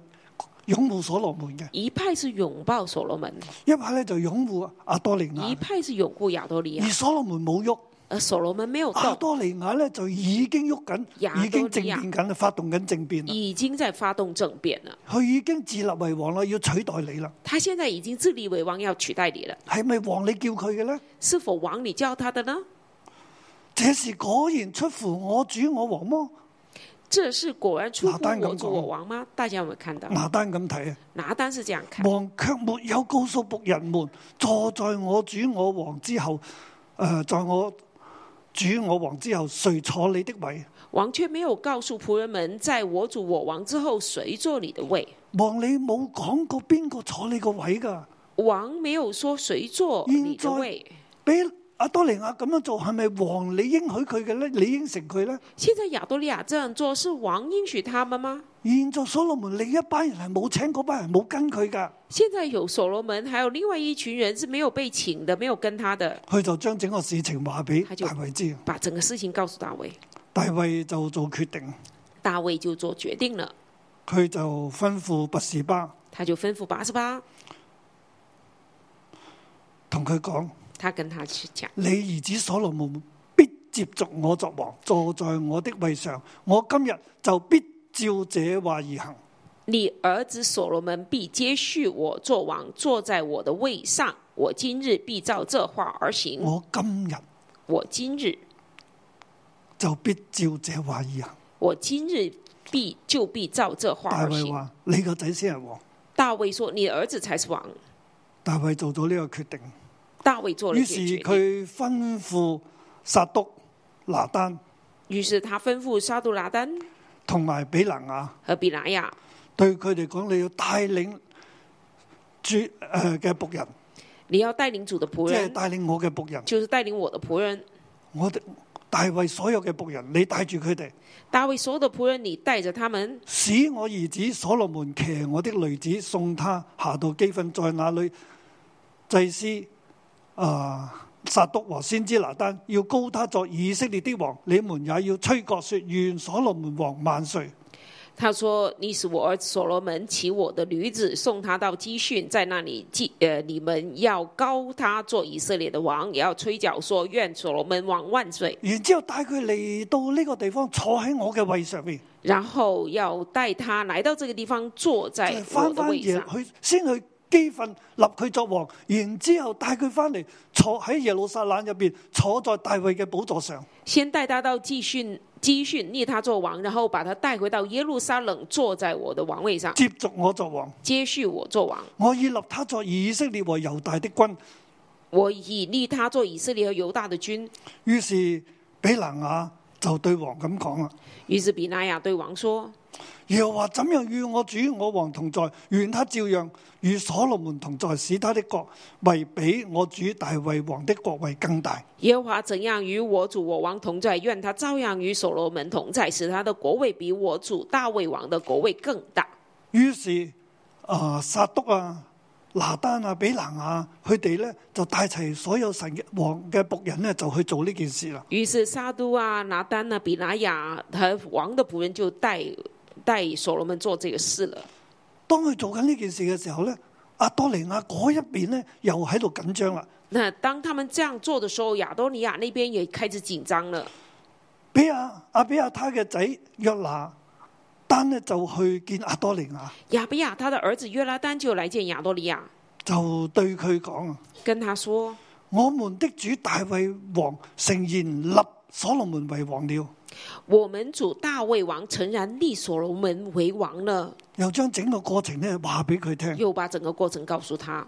擁護所羅門嘅，一派是拥抱所罗门，一派咧就擁護阿多利一亞，派是拥护亚多利而亚，所羅門冇喐，而所罗门没有阿动，多利亞咧就已經喐亞多利緊，亞已經政變緊，發動緊政變啦，已经在发动政变了。佢已經自立為王啦，要取代你啦，他现在已经自立为王，要取代你了。係咪王你叫佢嘅咧？是否王你叫他的呢？這事果然出乎我主我王麼？这是果然出拿乎单咁我主講我王吗？大家有没有看到？拿單咁睇啊，拿单是这样看，王卻沒有告訴仆人們，坐在我主我王之後，诶、在我主我王之後，誰坐你的位？王却没有告诉仆人们，在我主我王之后，谁坐你的位？王你冇講過邊個坐你個位㗎？王没有说谁坐你的位。俾阿多利亞咁樣做係咪王你應許佢嘅咧？你應承佢咧？现在亚多利亚这样做是王应许他们吗？現在所羅門另一班人係冇請嗰班人冇跟佢㗎，现在有所罗门，还有另外一群人是没有被请的，没有跟他的，佢就將整個事情話俾他就大衛知，把整个事情告诉大卫，大衛就做決定，大卫就做决定了，佢就吩咐拔士巴他就吩咐八十八，同佢講：他跟他去讲，你兒子所羅門必接續我作王，坐在我的位上，我今日就必照這話而行。你儿子所罗门必接续我做王，坐在我的位上，我今日必照这话而行，我今日我今日就必照這話而行。我今日必就必照这话大而衛行。話：你個仔先係王。大卫说：“你儿子才是王。大衛做咗呢個決定。”大卫做了於这个是决定。佢吩咐撒督、拿丹于是他吩咐沙杜拉丹同埋比拿雅，和比拿雅，對佢哋講：你要帶領主诶嘅仆人，你要带领主的仆即係人，帶領我嘅仆人，就是带领我的仆人。我哋大衛所有嘅仆人，你帶住佢哋，大卫所有的仆人，你带着他们，使我兒子所羅門騎我的驢子，送他下到基訓，在那裏祭司啊。撒督和先知拿丹要高他作以色列的王，你們也要吹角說願所羅門王萬歲。他说：“你使我儿子所罗门骑我的驴子，送他到基训，在那里祭呃，你们要高他做以色列的王，也要吹角说愿所罗门王万岁。然之後帶佢嚟到呢個地方，坐喺我嘅位上面，然后要带他来到这个地方，坐就在係我翻的翻位耶上。去先去基訓立佢作王，然之後帶佢翻嚟坐喺耶路撒冷入邊，坐在大衛嘅寶座上。先带他到基训，基训立他做王，然后把他带回到耶路撒冷，坐在我的王位上，接續我作王，接续我做王。我已立他作以色列和猶大的君。我已立他做以色列和犹大的君。於是比拿雅就對王咁講啦：于是比拿雅对王说耶和華怎樣與我主我王同在，願他照樣與所羅門同在，使他的國為比我主大衛王的國位更大。：“耶和华怎样与我主我王同在，愿他照样与所罗门同在，使他的国位比我主大卫王的国位更大。”於是啊，撒督啊、拿丹啊、比拿啊，佢哋咧就帶齊所有神嘅王嘅仆人咧，就去做呢件事啦。于是沙都啊、拿丹啊、比拿雅和王的仆人就带带所罗门做这个事了。當佢做緊呢件事嘅時候咧，阿多利亞嗰一邊咧又喺度緊張啦。那当他们这样做的时候，亚多尼亚那边也开始紧张了。比亞阿比亞他嘅仔約拿丹咧就去見阿多利亞，亚比亚他的儿子约拉丹就来见亚多尼亚，就對佢講啊：跟他说我們的主大衛王誠然立所羅門為王了，：“我们主大卫王诚然立所罗门为王了。又將整個過程咧話俾佢聽。”又把整个过程告诉他，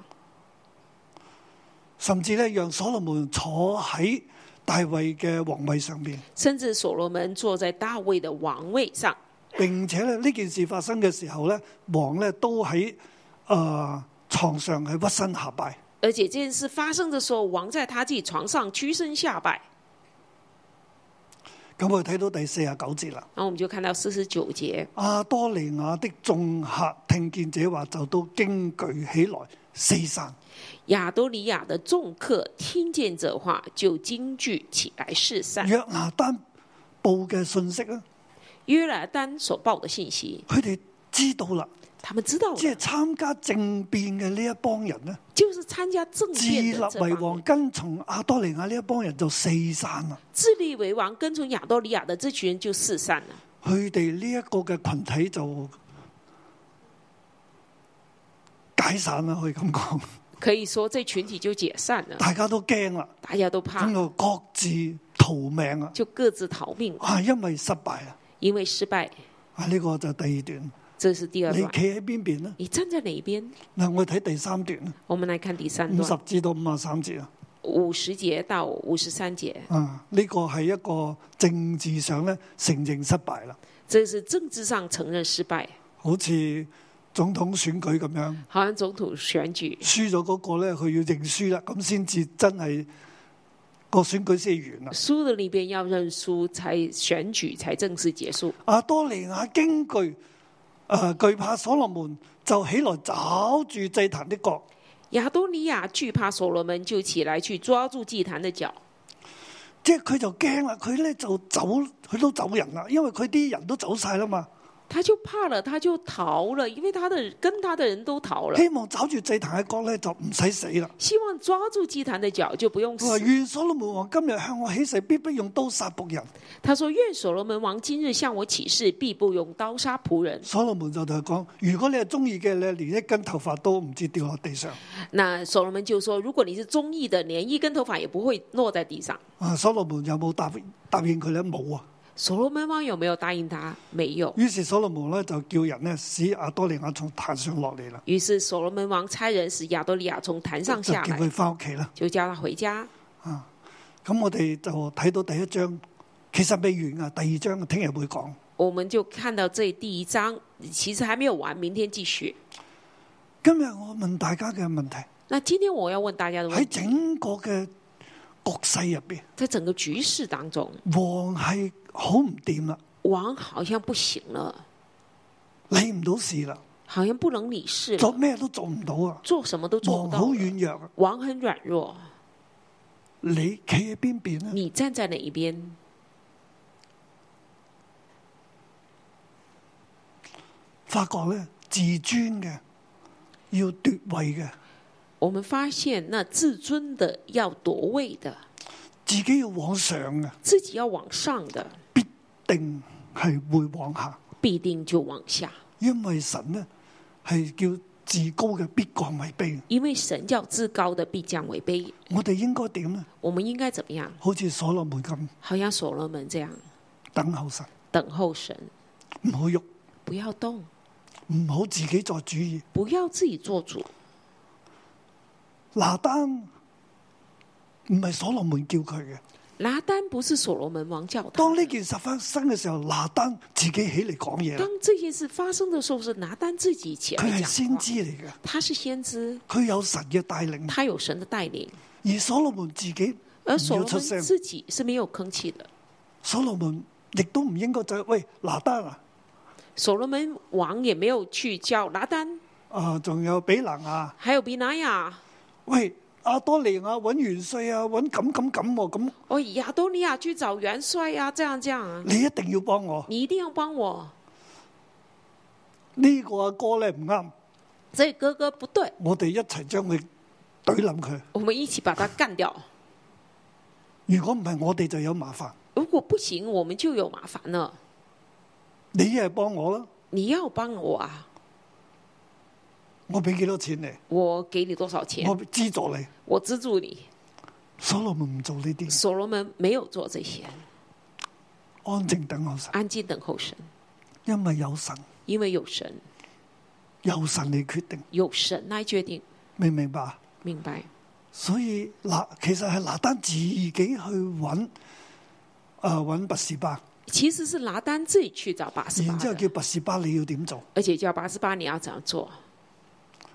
甚至咧让所羅門坐喺大衛嘅皇位上面。甚至所罗门坐在大卫的王位上，並且咧呢件事發生嘅時候咧，王咧都喺诶、呃床上係屈身下拜。而且这件事发生的时候，王在他自己床上屈身下拜。咁我哋睇到第四十九節啦。然后我们就看到四十九节，阿多利亞的眾客聽見這話，就都驚懼起來，四散。亚多尼亚的众客听见这话，就惊惧起来四散。約拿單報嘅信息啊，约拿丹所报的信息，佢哋知道啦，他们知道了即係參加政變嘅呢一幫人呢，就是参加政自立变的这為帮王，人跟從阿多利亞呢一幫人就四散啦。自立为王，跟从亚多利亚的这群人就四散了。佢哋呢一個嘅群體就解散啦，可以咁 講，可以说这群体就解散了，大家都驚啦，大家都怕咁，就各自逃命啊！就各自逃命，啊，因為失敗啊，因为失败。啊，呢個就第二段。这是第二你段。企喺邊邊呢？你站在哪一边？嗱，我睇第三段，我们来看第三五十段，至到五十三節啊。五十节到五十三节，啊，呢個係一個政治上咧承認失敗啦，这是政治上承认失败，好似總統選舉咁樣，好像总统选举輸咗嗰個咧，佢要認輸啦，咁先至真係個選舉先完啦。输的那边要认输，才选举才正式结束。阿多利亞驚懼，誒、懼呃怕所羅門，就起來找住祭壇的角。亚多尼亚惧怕所罗门，就起来去抓住祭坛的脚。即係佢就驚啦，佢咧就走，佢都走人啦，因為佢啲人都走晒啦嘛，他就怕了，他就逃了，因为他的跟他的人都逃了，希望找住祭壇嘅角咧就唔使死啦。希望抓住祭坛的脚就不用佢話：死。願所羅門王今日向我起誓，必不用刀殺仆人。他说：“愿所罗门王今日向我起誓，必不用刀杀仆人。所羅門就同佢講：如果你係中意嘅，你連一根頭髮都唔知掉落地上。”那所罗门就说：“如果你是忠义的，连一根头发也不会落在地上。啊，所羅門有冇答答應佢咧？冇啊。”所罗门王有没有答应他？没有。於是所羅門咧就叫人咧使阿多利亞從壇上落嚟啦，于是所罗门王差人使亚多利亚从坛上就叫下来，佢翻屋企啦。就叫他回家。咁我哋就睇到第一章，其實未完啊，第二章聽日會講。我们就看到这第一章，其实还没有完，明天继续。今日我問大家嘅問題，那今天我要问大家的问喺题，整個嘅局勢入邊，在整个局势当中，王係好唔掂啦，王好像不行了，理唔到事啦，好像不能理事做了，咩都做唔到啊，做什嗯么都做王不好到了。軟弱啊。王很软弱，你企喺邊啊邊呢？你站在哪一边？發覺咧自尊嘅，要奪位嘅，我们发现那自尊的要夺位的，自己要往上嘅，自己要往上的，定係會往下，必定就往下，因為神呢係叫自高嘅必降為卑。因为神叫至高的必将为卑。我哋應該點呢？我们应该怎么样？好似所羅門咁好像所罗门这样，等候神，等候神，唔好喐，不要动，唔好自己作主意。不要自己做主。拿單唔係所羅門叫佢嘅。拿单不是所罗门王叫他當呢的。件事發生嘅時候，拿單自己起嚟講嘢啦当。这件事发生的时候，是拿单自己起佢来係讲先话知。嚟嘅，他是先知，佢有神嘅帶領，他有神的带领，而所羅門自己而唔所要罗出门聲。自己是没有吭气的。所羅門亦都唔應該就喂拿單啊，所罗门王也没有去叫拿单，啊仲有比能啊，还有比拿雅。喂阿多利亞揾元帥啊，揾咁咁咁喎，咁哦，亚多尼亚去找元帅啊，这样这样啊，你一定要幫我。你一定要帮我。呢、個阿哥咧唔啱，这哥哥不对，我哋一齊將佢懟冧佢。我们一起把他干掉。如果唔係，我哋就有麻煩。如果不行，我们就有麻烦了。你一係幫我啦，你要帮我啊，我俾幾多錢你，我给你多少钱我，資助你。我资助你。所羅門唔做呢啲，所罗门没有做这些，安靜等候神，安静等候神，因為有神，因为有神，有神嚟決定，有神来决定，明唔明白啊？明白？所以嗱，其實係拿單自己去揾，啊揾拔士巴，其实是拿单自己去找八十然八之後的，叫拔士巴你要點做？而且叫八十八你要怎样做？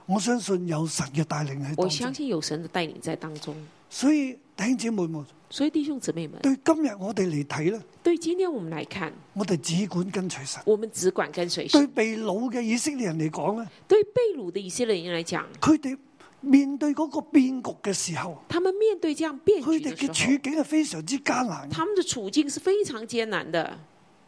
我相信有神嘅帶領喺我當相中。信有神的带领在当中。所以弟兄姊妹們，所以弟兄姊妹们，對今日我哋嚟睇呢，对今天我们来看，我哋只管跟隨神。我们只管跟随對神。被掳嘅以色列人嚟講呢，对被掳的以色列人来讲，佢哋面對嗰個變局嘅時候，他们面对这样变佢哋局的嘅时處候，境係非常之艱難嘅，他们的处境是非常艰难的，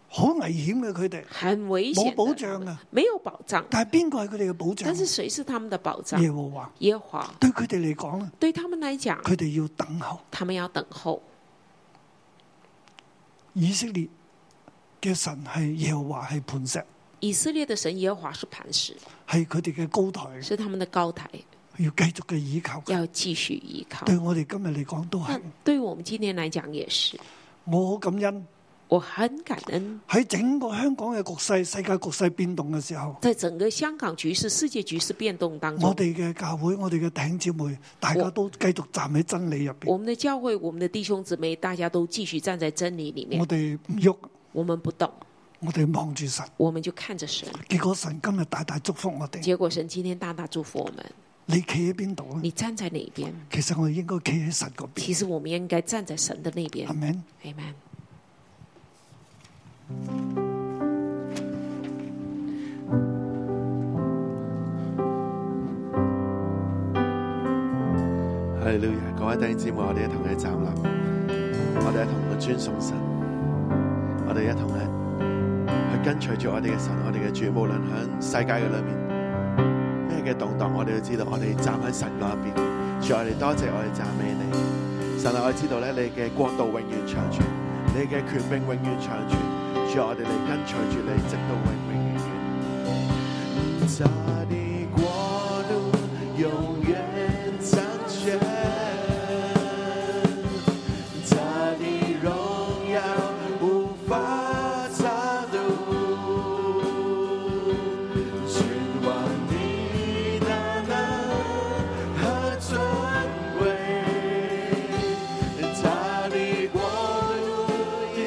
好危險嘅佢哋。很危险冇保的，障啊！没有保障。但係邊個係佢哋嘅保障但？是谁是他们的保障？耶和華。耶和华。對佢哋嚟講呢，对他们来讲，佢哋要等候。他们要等候。以色列嘅神係耶和華係磐石，以色列的神耶和华是磐石，係佢哋嘅高台，是他们的高台，要繼續嘅倚靠。要继续依靠。嗯對我哋今日嚟講都那係，对我们今天来讲也是，我好感恩我我很感恩。喺整個香港嘅局勢、世界局勢變動嘅時候，在整個香港局勢、世界局勢變動當中我，哋嘅教會、我哋嘅弟兄姊妹，大家我都繼續站喺真理入我邊，們的教會、我們的弟兄姊妹，大家都繼續站在真理裡面我，哋唔喐，我們不動，我哋望住神。我們就看着神。結果神今日大大祝福我哋。結果神今天大大祝福我們。你企喺邊度咧？啊你站在哪一邊？其實我哋應該企喺神嗰邊，其實我們應該站在神的那邊係。咪？ Amen。哈利路亞！各位弟兄姊妹，我哋一同去站立，我哋一同去尊崇神，我哋一同去去跟隨住我哋嘅神，我哋嘅主，無論響世界嘅裏面咩嘅動盪，我哋都知道我哋站喺神嗰一邊。主，我哋多謝我哋讚美你，神啊，我哋知道咧你嘅國度永遠長存，你嘅權柄永遠長存。主，我哋嚟跟隨住你，直到永永遠遠。他的國度永遠掌權，他的榮耀無法查度，君王的大能和尊貴，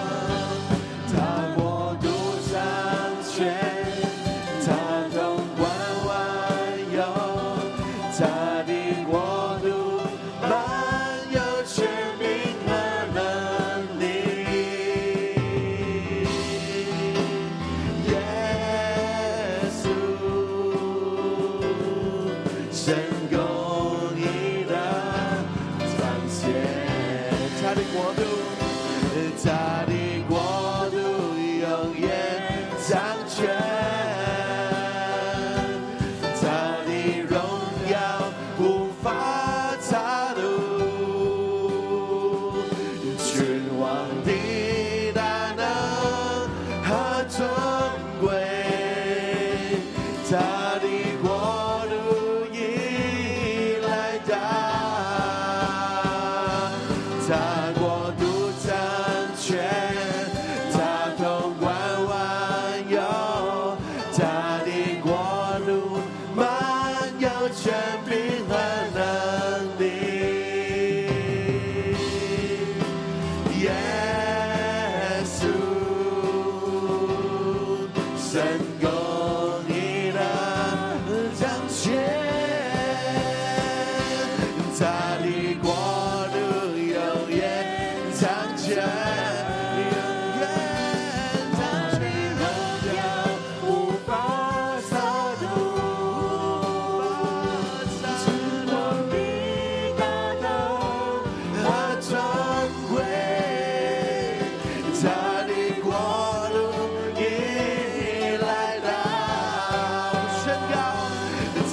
他的國度已來到。他國度掌權，他統管萬有，他的國度滿有權柄和能力。耶穌，神公義的彰顯，他的國度，他的國度永遠掌權，他的榮耀無法查度，君王的大能和尊貴，他的國度已來到，他國度掌權，他統管萬有，他的國度滿有權柄和能力。耶穌，神公義的彰顯，他的國度永遠長存，永遠長存，榮耀無法灑度，是我的大能。他尊貴，他的國度已來到，宣告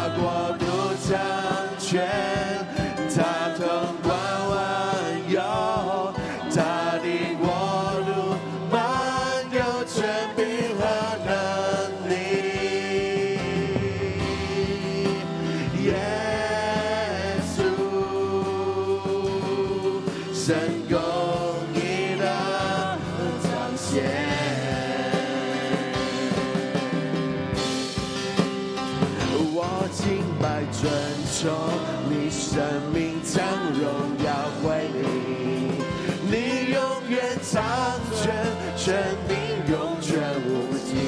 國度掌權，他統管萬有，他的國度滿有權柄和能力。耶穌，神公義的彰顯。我敬拜尊崇你，生命將榮耀歸你，你永遠掌權，權柄永絕無盡。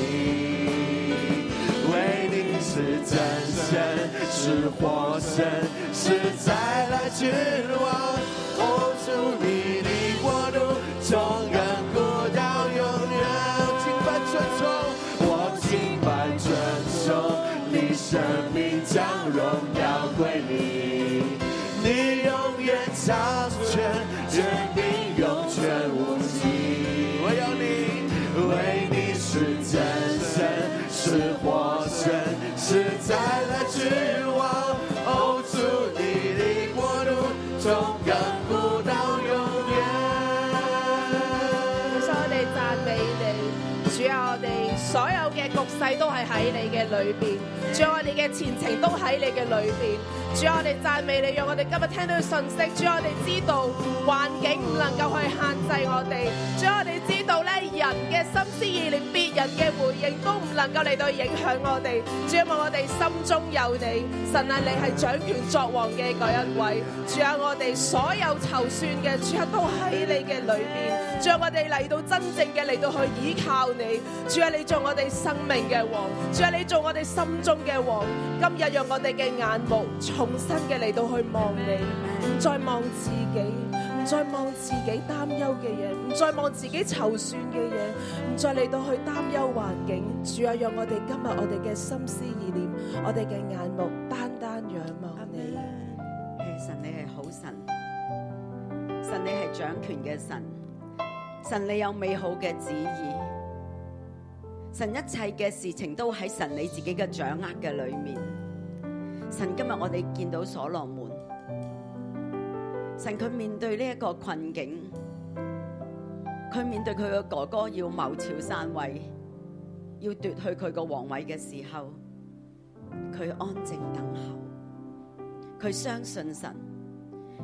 唯你是真神，是活神，是再來之王。哦，主你的国度从亘古到永遠，敬拜尊崇，我敬拜尊崇，你生命將榮耀歸你，你永遠掌權，權柄永絕無盡。唯有你，唯你是真神，是活神，是再來之王。哦，主你的國度從亘古到永遠。主，我哋讚美你，主啊，我哋所有嘅局勢都係喺你嘅裏邊，主啊，我哋嘅前程都喺你嘅裏邊。主啊，我哋讚美你，讓我哋今日聽到嘅信息。主啊，我哋知道環境唔能夠去限制我哋。主啊，我哋知道咧人嘅心思意念、別人嘅回應都唔能夠嚟到影響我哋。主啊，我哋心中有你，神啊，你係掌權作王嘅嗰一位。主啊，我哋所有籌算嘅，主啊，都喺你嘅裏邊。主啊，我哋嚟到真正嘅嚟到去依靠你。主啊，你做我哋生命嘅王，主啊，你做我哋心中嘅王。今日讓我哋嘅眼目重新嘅嚟到去望你，唔再望自己，唔再望自己擔憂嘅嘢，唔再望自己籌算嘅嘢，唔再嚟到去擔憂環境。主啊，讓我哋今日我哋嘅心思意念，我哋嘅眼目單單仰望你。誒神，你係好神，神你係掌權嘅神，神你有美好嘅旨意，神一切嘅事情都喺神你自己嘅掌握嘅裏面。神今日我哋見到所羅門，神佢面對呢一個困境，佢面對佢嘅哥哥要謀朝篡位，要奪去佢個皇位嘅時候，佢安靜等候。佢相信神，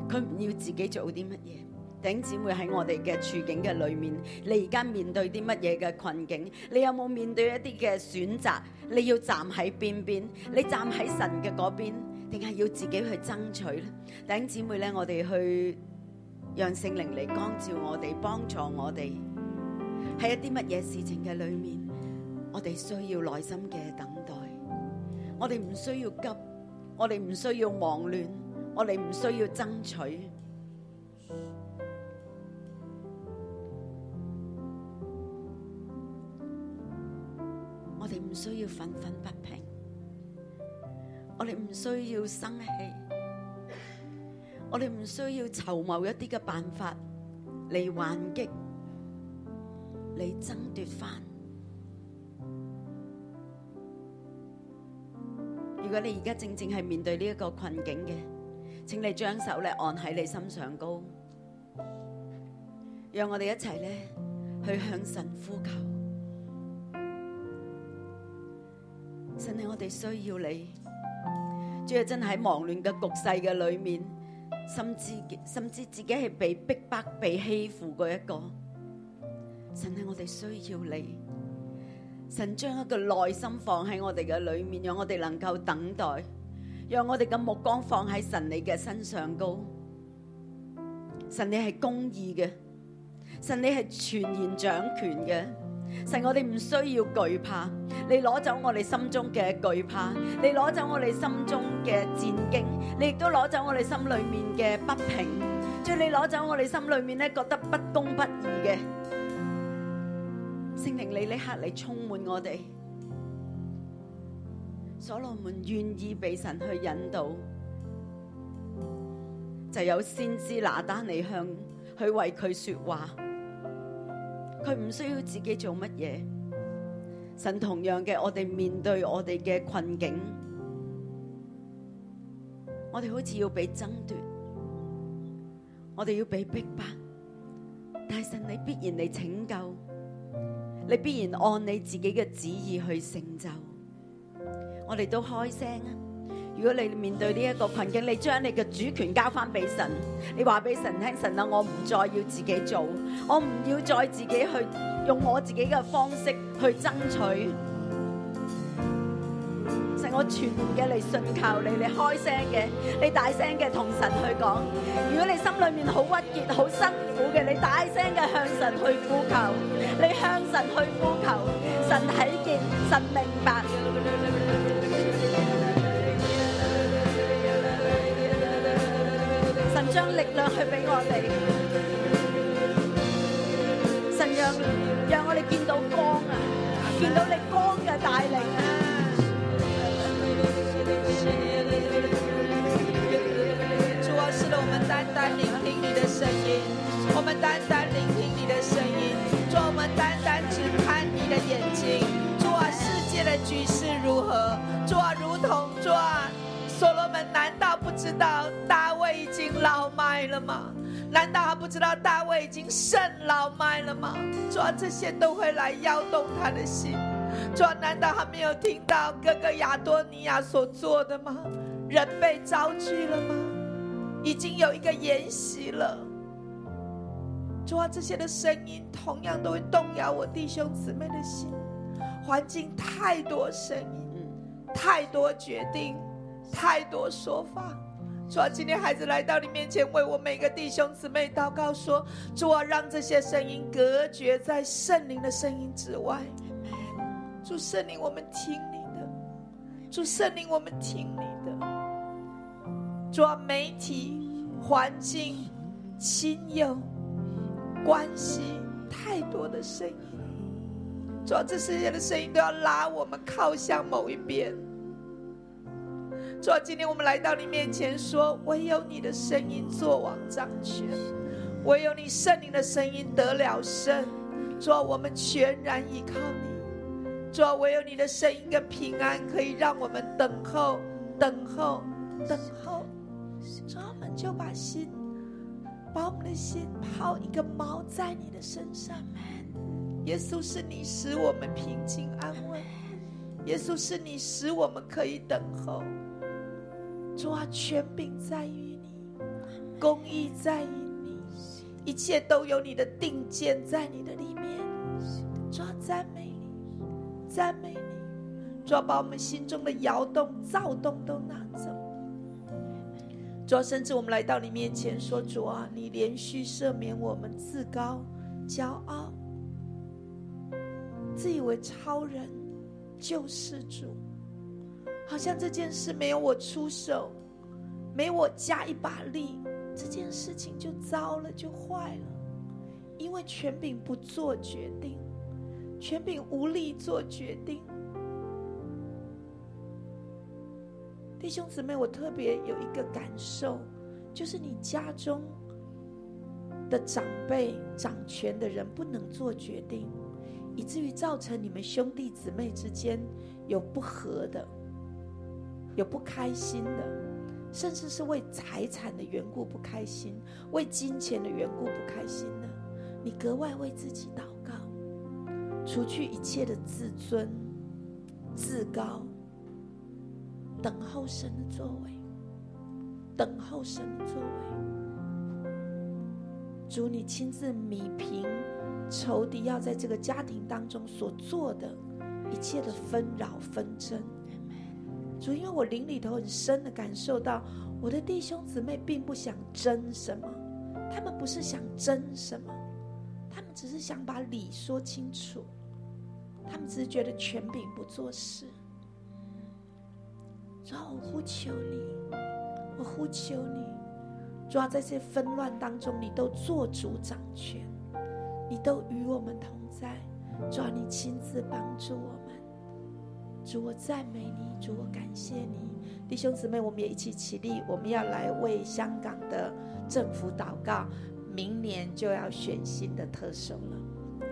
佢唔要自己做啲乜嘢。頂姊妹喺我哋嘅處境嘅裏面，你而家面對啲乜嘢嘅困境？你有冇面對一啲嘅選擇？你要站喺邊邊？你站喺神嘅嗰邊，定係要自己去爭取咧？頂姊妹咧，我哋去讓聖靈嚟光照我哋，幫助我哋喺一啲乜嘢事情嘅裏面，我哋需要耐心嘅等待，我哋唔需要急。我哋唔需要忙亂，我哋唔需要爭取。我哋唔需要憤憤不平，我哋唔需要生氣，我哋唔需要籌謀一啲嘅辦法嚟還擊，嚟爭奪翻。如果你而家正正係面對呢一個困境嘅，請你將手咧按喺你心上高，讓我哋一齊咧去向神呼求。神啊，我哋需要你，主要真係喺忙亂嘅局勢嘅裏面，甚至甚至自己係被逼迫、被欺負嗰一個。神啊，我哋需要你。神將一個耐心放喺我哋嘅裏面，讓我哋能夠等待，讓我哋嘅目光放喺神你嘅身上高。神你係公義嘅，神你係全然掌權嘅。神，我哋唔需要懼怕，你攞走我哋心中嘅懼怕，你攞走我哋心中嘅戰驚，你亦都攞走我哋心裏面嘅不平，最你攞走我哋心裏面咧覺得不公不義嘅。聖靈你呢刻你充滿我哋，所羅門願意被神去引導，就有先知拿單嚟向去為佢說話，佢唔需要自己做乜嘢。神同樣嘅，我哋面對我哋嘅困境，我哋好似要被爭奪，我哋要被逼迫，但係神你必然嚟拯救。你必然按你自己嘅旨意去成就。我哋都開聲啊！如果你面對呢一個困境，你將你嘅主權交翻俾神，你話俾神聽，神啊，我唔再要自己做，我唔要再自己去用我自己嘅方式去爭取。神，我全然嘅嚟信靠你，你開聲嘅，你大聲嘅同神去講。如果你心裏面好鬱結、好辛苦嘅，你大聲嘅向神去呼求，你向神去呼求，神睇見，神明白。神將力量去俾我哋，神讓讓我哋見到光啊，見到你光嘅帶領啊！主啊，是的，我们单单聆听你的声音，啊我们单单聆听你的声音，主啊，我们单单只看你的眼睛。主啊，世界的局势如何？主啊，如同主啊，所罗门难道不知道大卫已经老迈了吗？难道他不知道大卫已经胜老迈了吗？主啊，这些都会来摇动他的心。主啊，难道他没有听到哥哥亚多尼亚所做的吗？人被招聚了吗？已经有一个筵席了。主啊，这些的声音同样都会动摇我弟兄姊妹的心。环境太多声音，太多决定，太多说法。主啊，今天孩子来到你面前，为我每个弟兄姊妹祷告说：主啊，让这些声音隔绝在圣灵的声音之外。主圣灵，我们听你的；主圣灵，我们听你的。主啊，媒体、环境、亲友、关系，太多的声音。主啊，这世界的声音都要拉我们靠向某一边。主啊，今天我们来到你面前说，唯有你的声音作王掌权，唯有你圣灵的声音得了胜。主啊，我们全然依靠你。主啊，唯有你的声音跟平安，可以让我们等候、等候、等候。主啊，我们就把心，把我们的心抛一个锚在你的身上。耶稣是你使我们平静安稳，耶稣是你使我们可以等候。主啊，权柄在于你，公义在于你，一切都有你的定见在你的里面。主啊，赞美你，赞美你。主啊，把我们心中的摇动、躁动都拿走。主啊，甚至我们来到你面前说：“主啊，你连续赦免我们自高、骄傲、自以为超人、救世主，好像这件事没有我出手，没我加一把力，这件事情就糟了，就坏了。因为权柄不做决定，权柄无力做决定。弟兄姊妹，我特别有一个感受，就是你家中的长辈、掌权的人不能做决定。以至于造成你们兄弟姊妹之间有不和的，有不开心的，甚至是为财产的缘故不开心，为金钱的缘故不开心的，你格外为自己祷告，除去一切的自尊、自高，等候神的作为，等候神的作为。主，你亲自米平仇敌要在这个家庭当中所做的一切的纷扰纷争。主，因为我灵里头很深的感受到，我的弟兄姊妹并不想争什么，他们不是想争什么，他们只是想把理说清楚，他们只是觉得权柄不做事。主啊，我呼求你，我呼求你，主啊，在这些纷乱当中，你都做主掌权。你都与我们同在，主啊，你亲自帮助我们。主，我赞美你，主，我感谢你，弟兄姊妹，我们也一起起立，我们要来为香港的政府祷告。明年就要选新的特首了，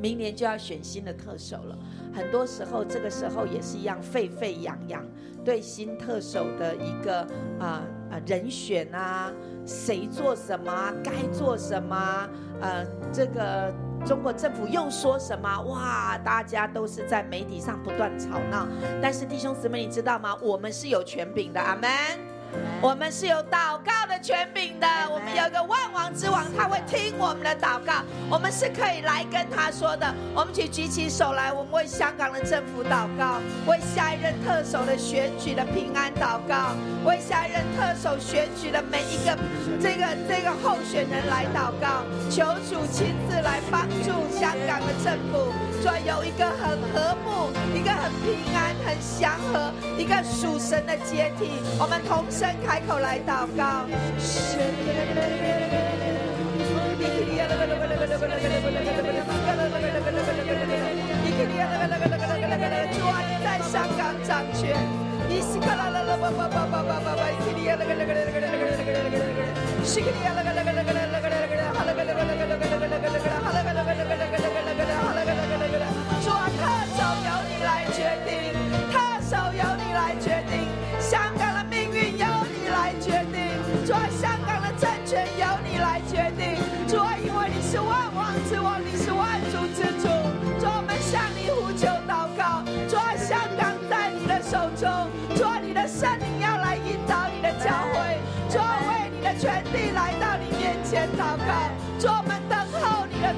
明年就要选新的特首了。很多时候，这个时候也是一样沸沸扬扬，对新特首的一个啊啊、人选啊，谁做什么啊，该做什么啊，呃，这个中国政府又说什么？啊哇，大家都是在媒体上不断吵闹。但是弟兄姊妹，你知道吗？我们是有权柄的，阿门。我们是有祷告的权柄的，我们有一个万王之王，他会听我们的祷告，我们是可以来跟他说的。我们请举起手来，我们为香港的政府祷告，为下一任特首的选举的平安祷告，为下一任特首选举的每一个这个这个候选人来祷告，求主亲自来帮助香港的政府，说有一个很和睦、一个很平安、很祥和、一个属神的阶梯。我们同声开口来祷告。主啊，你在香港掌权。主啊，特首由你来决定，特首由你来决定，香港的命运由你来决定，主啊，香港的政权由你来决啊啊啊的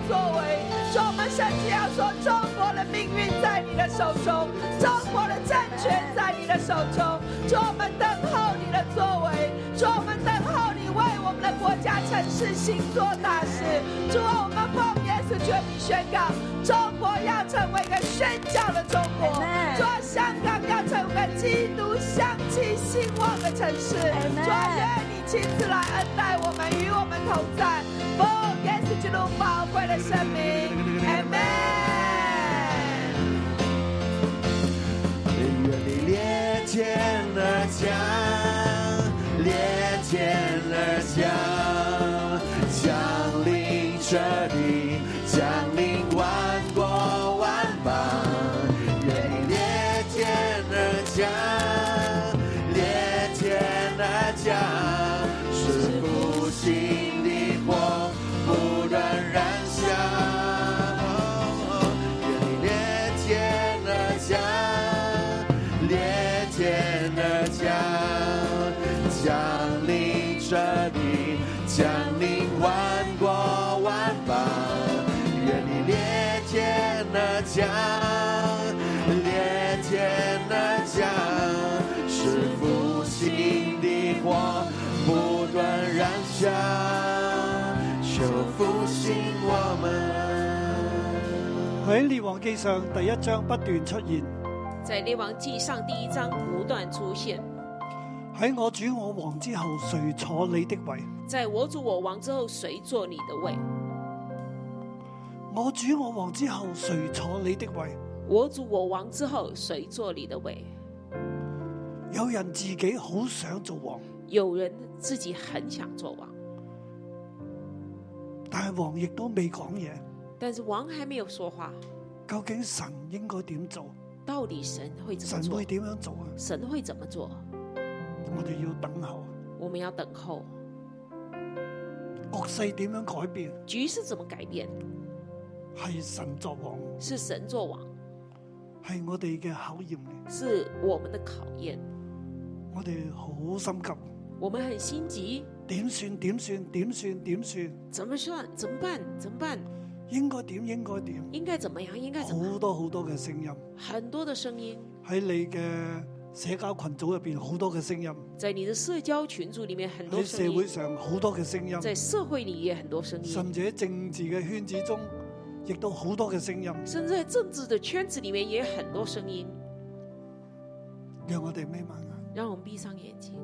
作为。主，我们甚至要说，中国的命运在你的手中，中国的政权在你的手中。主，我们等候你的作为，主，我们等候你为我们的国家、城市行做大事。主，我们奉耶稣全名宣告，中国要成为一个宣教的中国。 Amen 主，香港要成为基督香气兴旺的城市。 Amen 主，愿你亲自来恩待我们，与我们同在。奉耶稣基督宝贵的圣名，Amen。愿你裂天而降，裂天而降，降临这里，降临万国万邦。愿你裂天而降，裂天而降，是复兴的火不断燃烧。愿你裂天而降。烈天而降，降临这里，降临万国万邦。愿你烈天而降，烈天而降，是复兴的火不断燃烧，求复兴我们。喺列王記上第一章不斷出現，在列王记上第一章不断出现，喺我主我王之後，誰坐你的位？在我主我王之后，谁坐你的位？我主我王之後，誰坐你的位？我主我王之后，谁坐你的位？有人自己好想做王，有人自己很想做王，但係王亦都未講嘢。但是王还没有说话。究竟神應該點做？到底神会怎么神做會？點樣做啊？神会怎么做？我哋要等候，啊我们要等候。局勢點樣改變？局势怎么改变？係神作王，是神做王，係我哋嘅考驗嚟。是我们的考验。我哋好心急，我们很心急，點算？點算？點算？點算？怎么算？怎么办？怎么办？應該點？應該點？应该怎么样？应该怎么好样？多好多嘅聲音很多的声音喺你嘅社交群組入邊，好多嘅聲音在你的社交群组里面，很多喺声哎社會音上好多嘅聲在音，社会里也很多声音，甚至喺政治嘅圈子中，亦都好多嘅聲音，甚至在政治的圈子里面也很多声音。讓我哋眯埋眼，让我们闭上眼睛，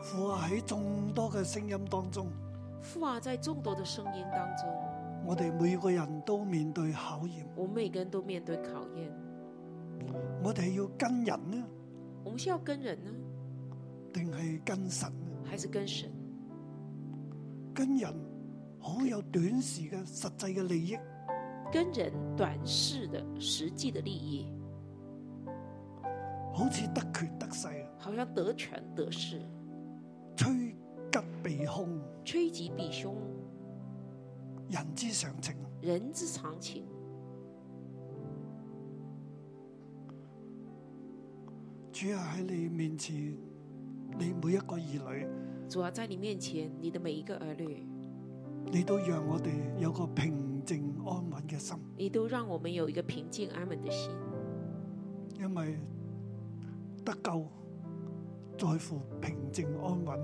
父啊喺眾多嘅聲音當中。父啊，在众多的声音当中，我哋每個人都面對考驗，我们每个人都面对考验。我哋要跟人啊呢，我们是要跟人呢，定係跟神呢？还是跟神？跟人好有短時嘅實際嘅利益，跟人短视的实际的利益，好似得權得勢啊，好像得权得势，趨吉避凶，趋吉避凶，人之常情。人之常情。主啊喺你面前，你每一個兒女，主要在你面前，你的每一个儿女，你都讓我哋有個平靜安穩嘅心，你都让我们有一个平静安稳的心，因為得救在乎平靜安穩，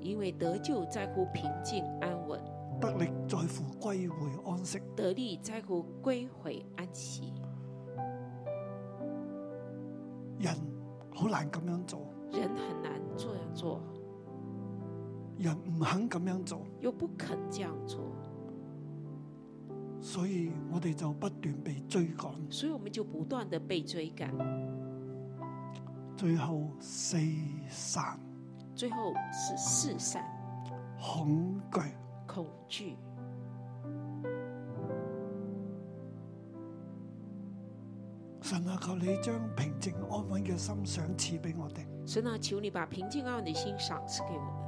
因为得救在乎平静安稳，得力在乎歸回安息。得力在乎归回安息。人好難咁樣做，人很难这样做，人唔肯咁樣做，又不肯这样做，所以我哋就不斷被追趕，所以我们就不断的被追赶，最後四散最后是四散、恐懼。恐惧。神啊，求你將平靜安穩嘅心賞賜俾我哋。神啊，求你把平静安稳的心赏赐给我们。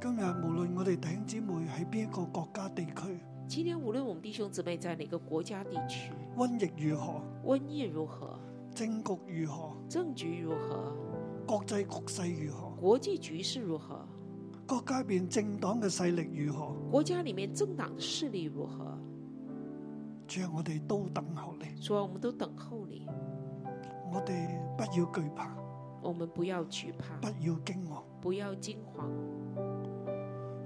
今日無論我哋弟兄姊妹喺邊一個國家地區，今天无论我们弟兄姊妹在哪个国家地区，瘟疫如何，瘟疫如何，政局如何，政局如何，國際局勢如何，国际局势如何，國家入邊政黨嘅勢力如何，国家里面政党的势力如何？主啊，我哋都等候你，主啊，我们都等候你，我哋不要懼怕，我们不要惧怕不，要驚惶。不要惊慌。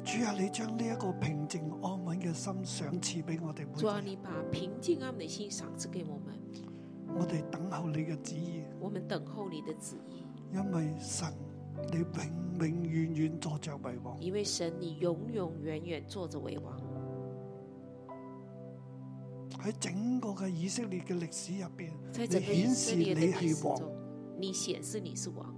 主啊，你將呢一個平靜安穩嘅心賞賜俾我哋每主啊，個你人，把平静安稳的心赏赐给我们，我哋等候你嘅旨意，我们等候你的旨意，因為神你永永遠遠坐着為王。因为神你永永远远坐着为王。喺整個嘅以色列嘅歷史入邊，在你整个以顯色示列的你历史係王。中，你显示你是王。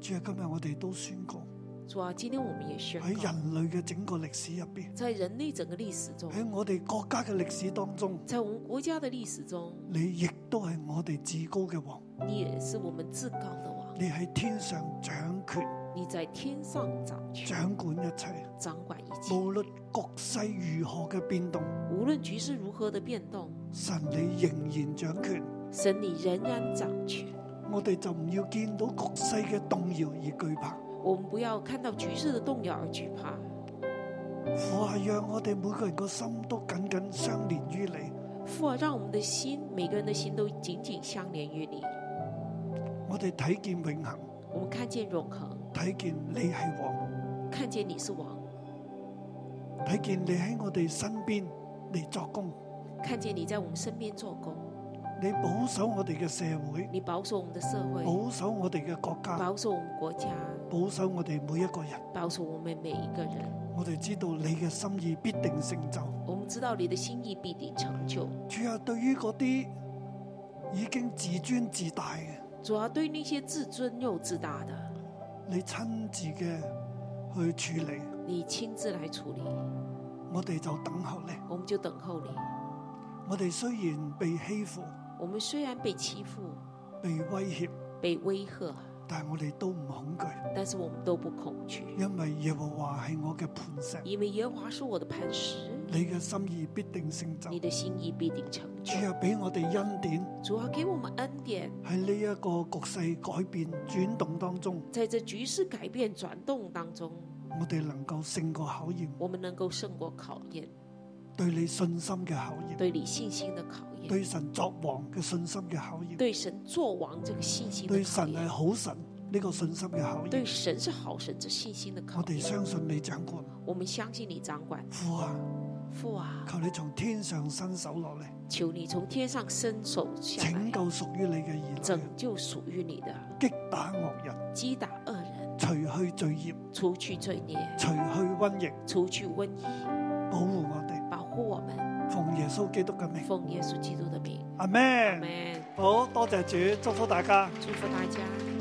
主啊，今日我哋都宣告主啊，今天我们也宣喺告，人類嘅整個歷史入邊，在人类整个历史中，喺我哋國家嘅歷史當中，在我们国家的历史中，你亦都係我哋至高嘅王，你也是我们至高的王，你喺天上掌權、你在天上掌权，掌管一切，掌管一切。無論局勢如何嘅變動。无论局势如何的变动，神你仍然掌權，神你仍然掌权。我哋就唔要見到局勢嘅動搖而懼怕。我们不要看到局势的动摇而惧怕。父啊，讓我哋每個人個心都緊緊相連於你，父啊，让我们的心，每个人的心都紧紧相连于你。我哋睇見永恆，我们看见永恒，睇見你係王，看见你是王，睇見你喺我哋身邊嚟作工，看见你在我们身边做工，你保守我哋嘅社會，你保守我们的社会，保守我哋嘅國家，保守我们国家，保守我哋每一個人。保守我们每一个人。我哋知道你嘅心意必定成就。我们知道你的心意必定成就。主啊，對於嗰啲已經自尊自大嘅。主要对那些自尊又自大的，你親自嘅去處理，你亲自来处理，我哋就等候你。我们就等候你。我哋雖然被欺負、我们虽然被欺负、被威脅，被威吓，但我哋都唔恐懼，但是我们都不恐惧，因為耶和華係我嘅磐石，因为耶和华是我的磐石。你嘅心意必定成就你。的心意必定成就主。啊，俾我哋恩典主啊，给我们恩典，喺呢一個局勢改變轉動當中，在这局势改变转动当中，我哋能夠勝過考驗，我们能够胜过考验，對你信心嘅考驗，对你信心的考验，對神作王嘅信心嘅考驗，对神做王这个信心的對考神係验，好神呢個信心嘅考对驗。神是好神这信心的考我哋验。相信你掌管，我们相信你掌管，父啊！父啊，求你從天上伸手落嚟，求你從天上伸手下拯来，救屬於你嘅兒女，拯救属于你的，擊打惡人，击打恶人，除去罪孽，除去罪孽，除去瘟疫，除去瘟疫，保護我哋。保护我们。奉耶穌基督嘅名，奉耶稣基督的名，阿阿門。门。好多謝主，祝福大家。祝福大家。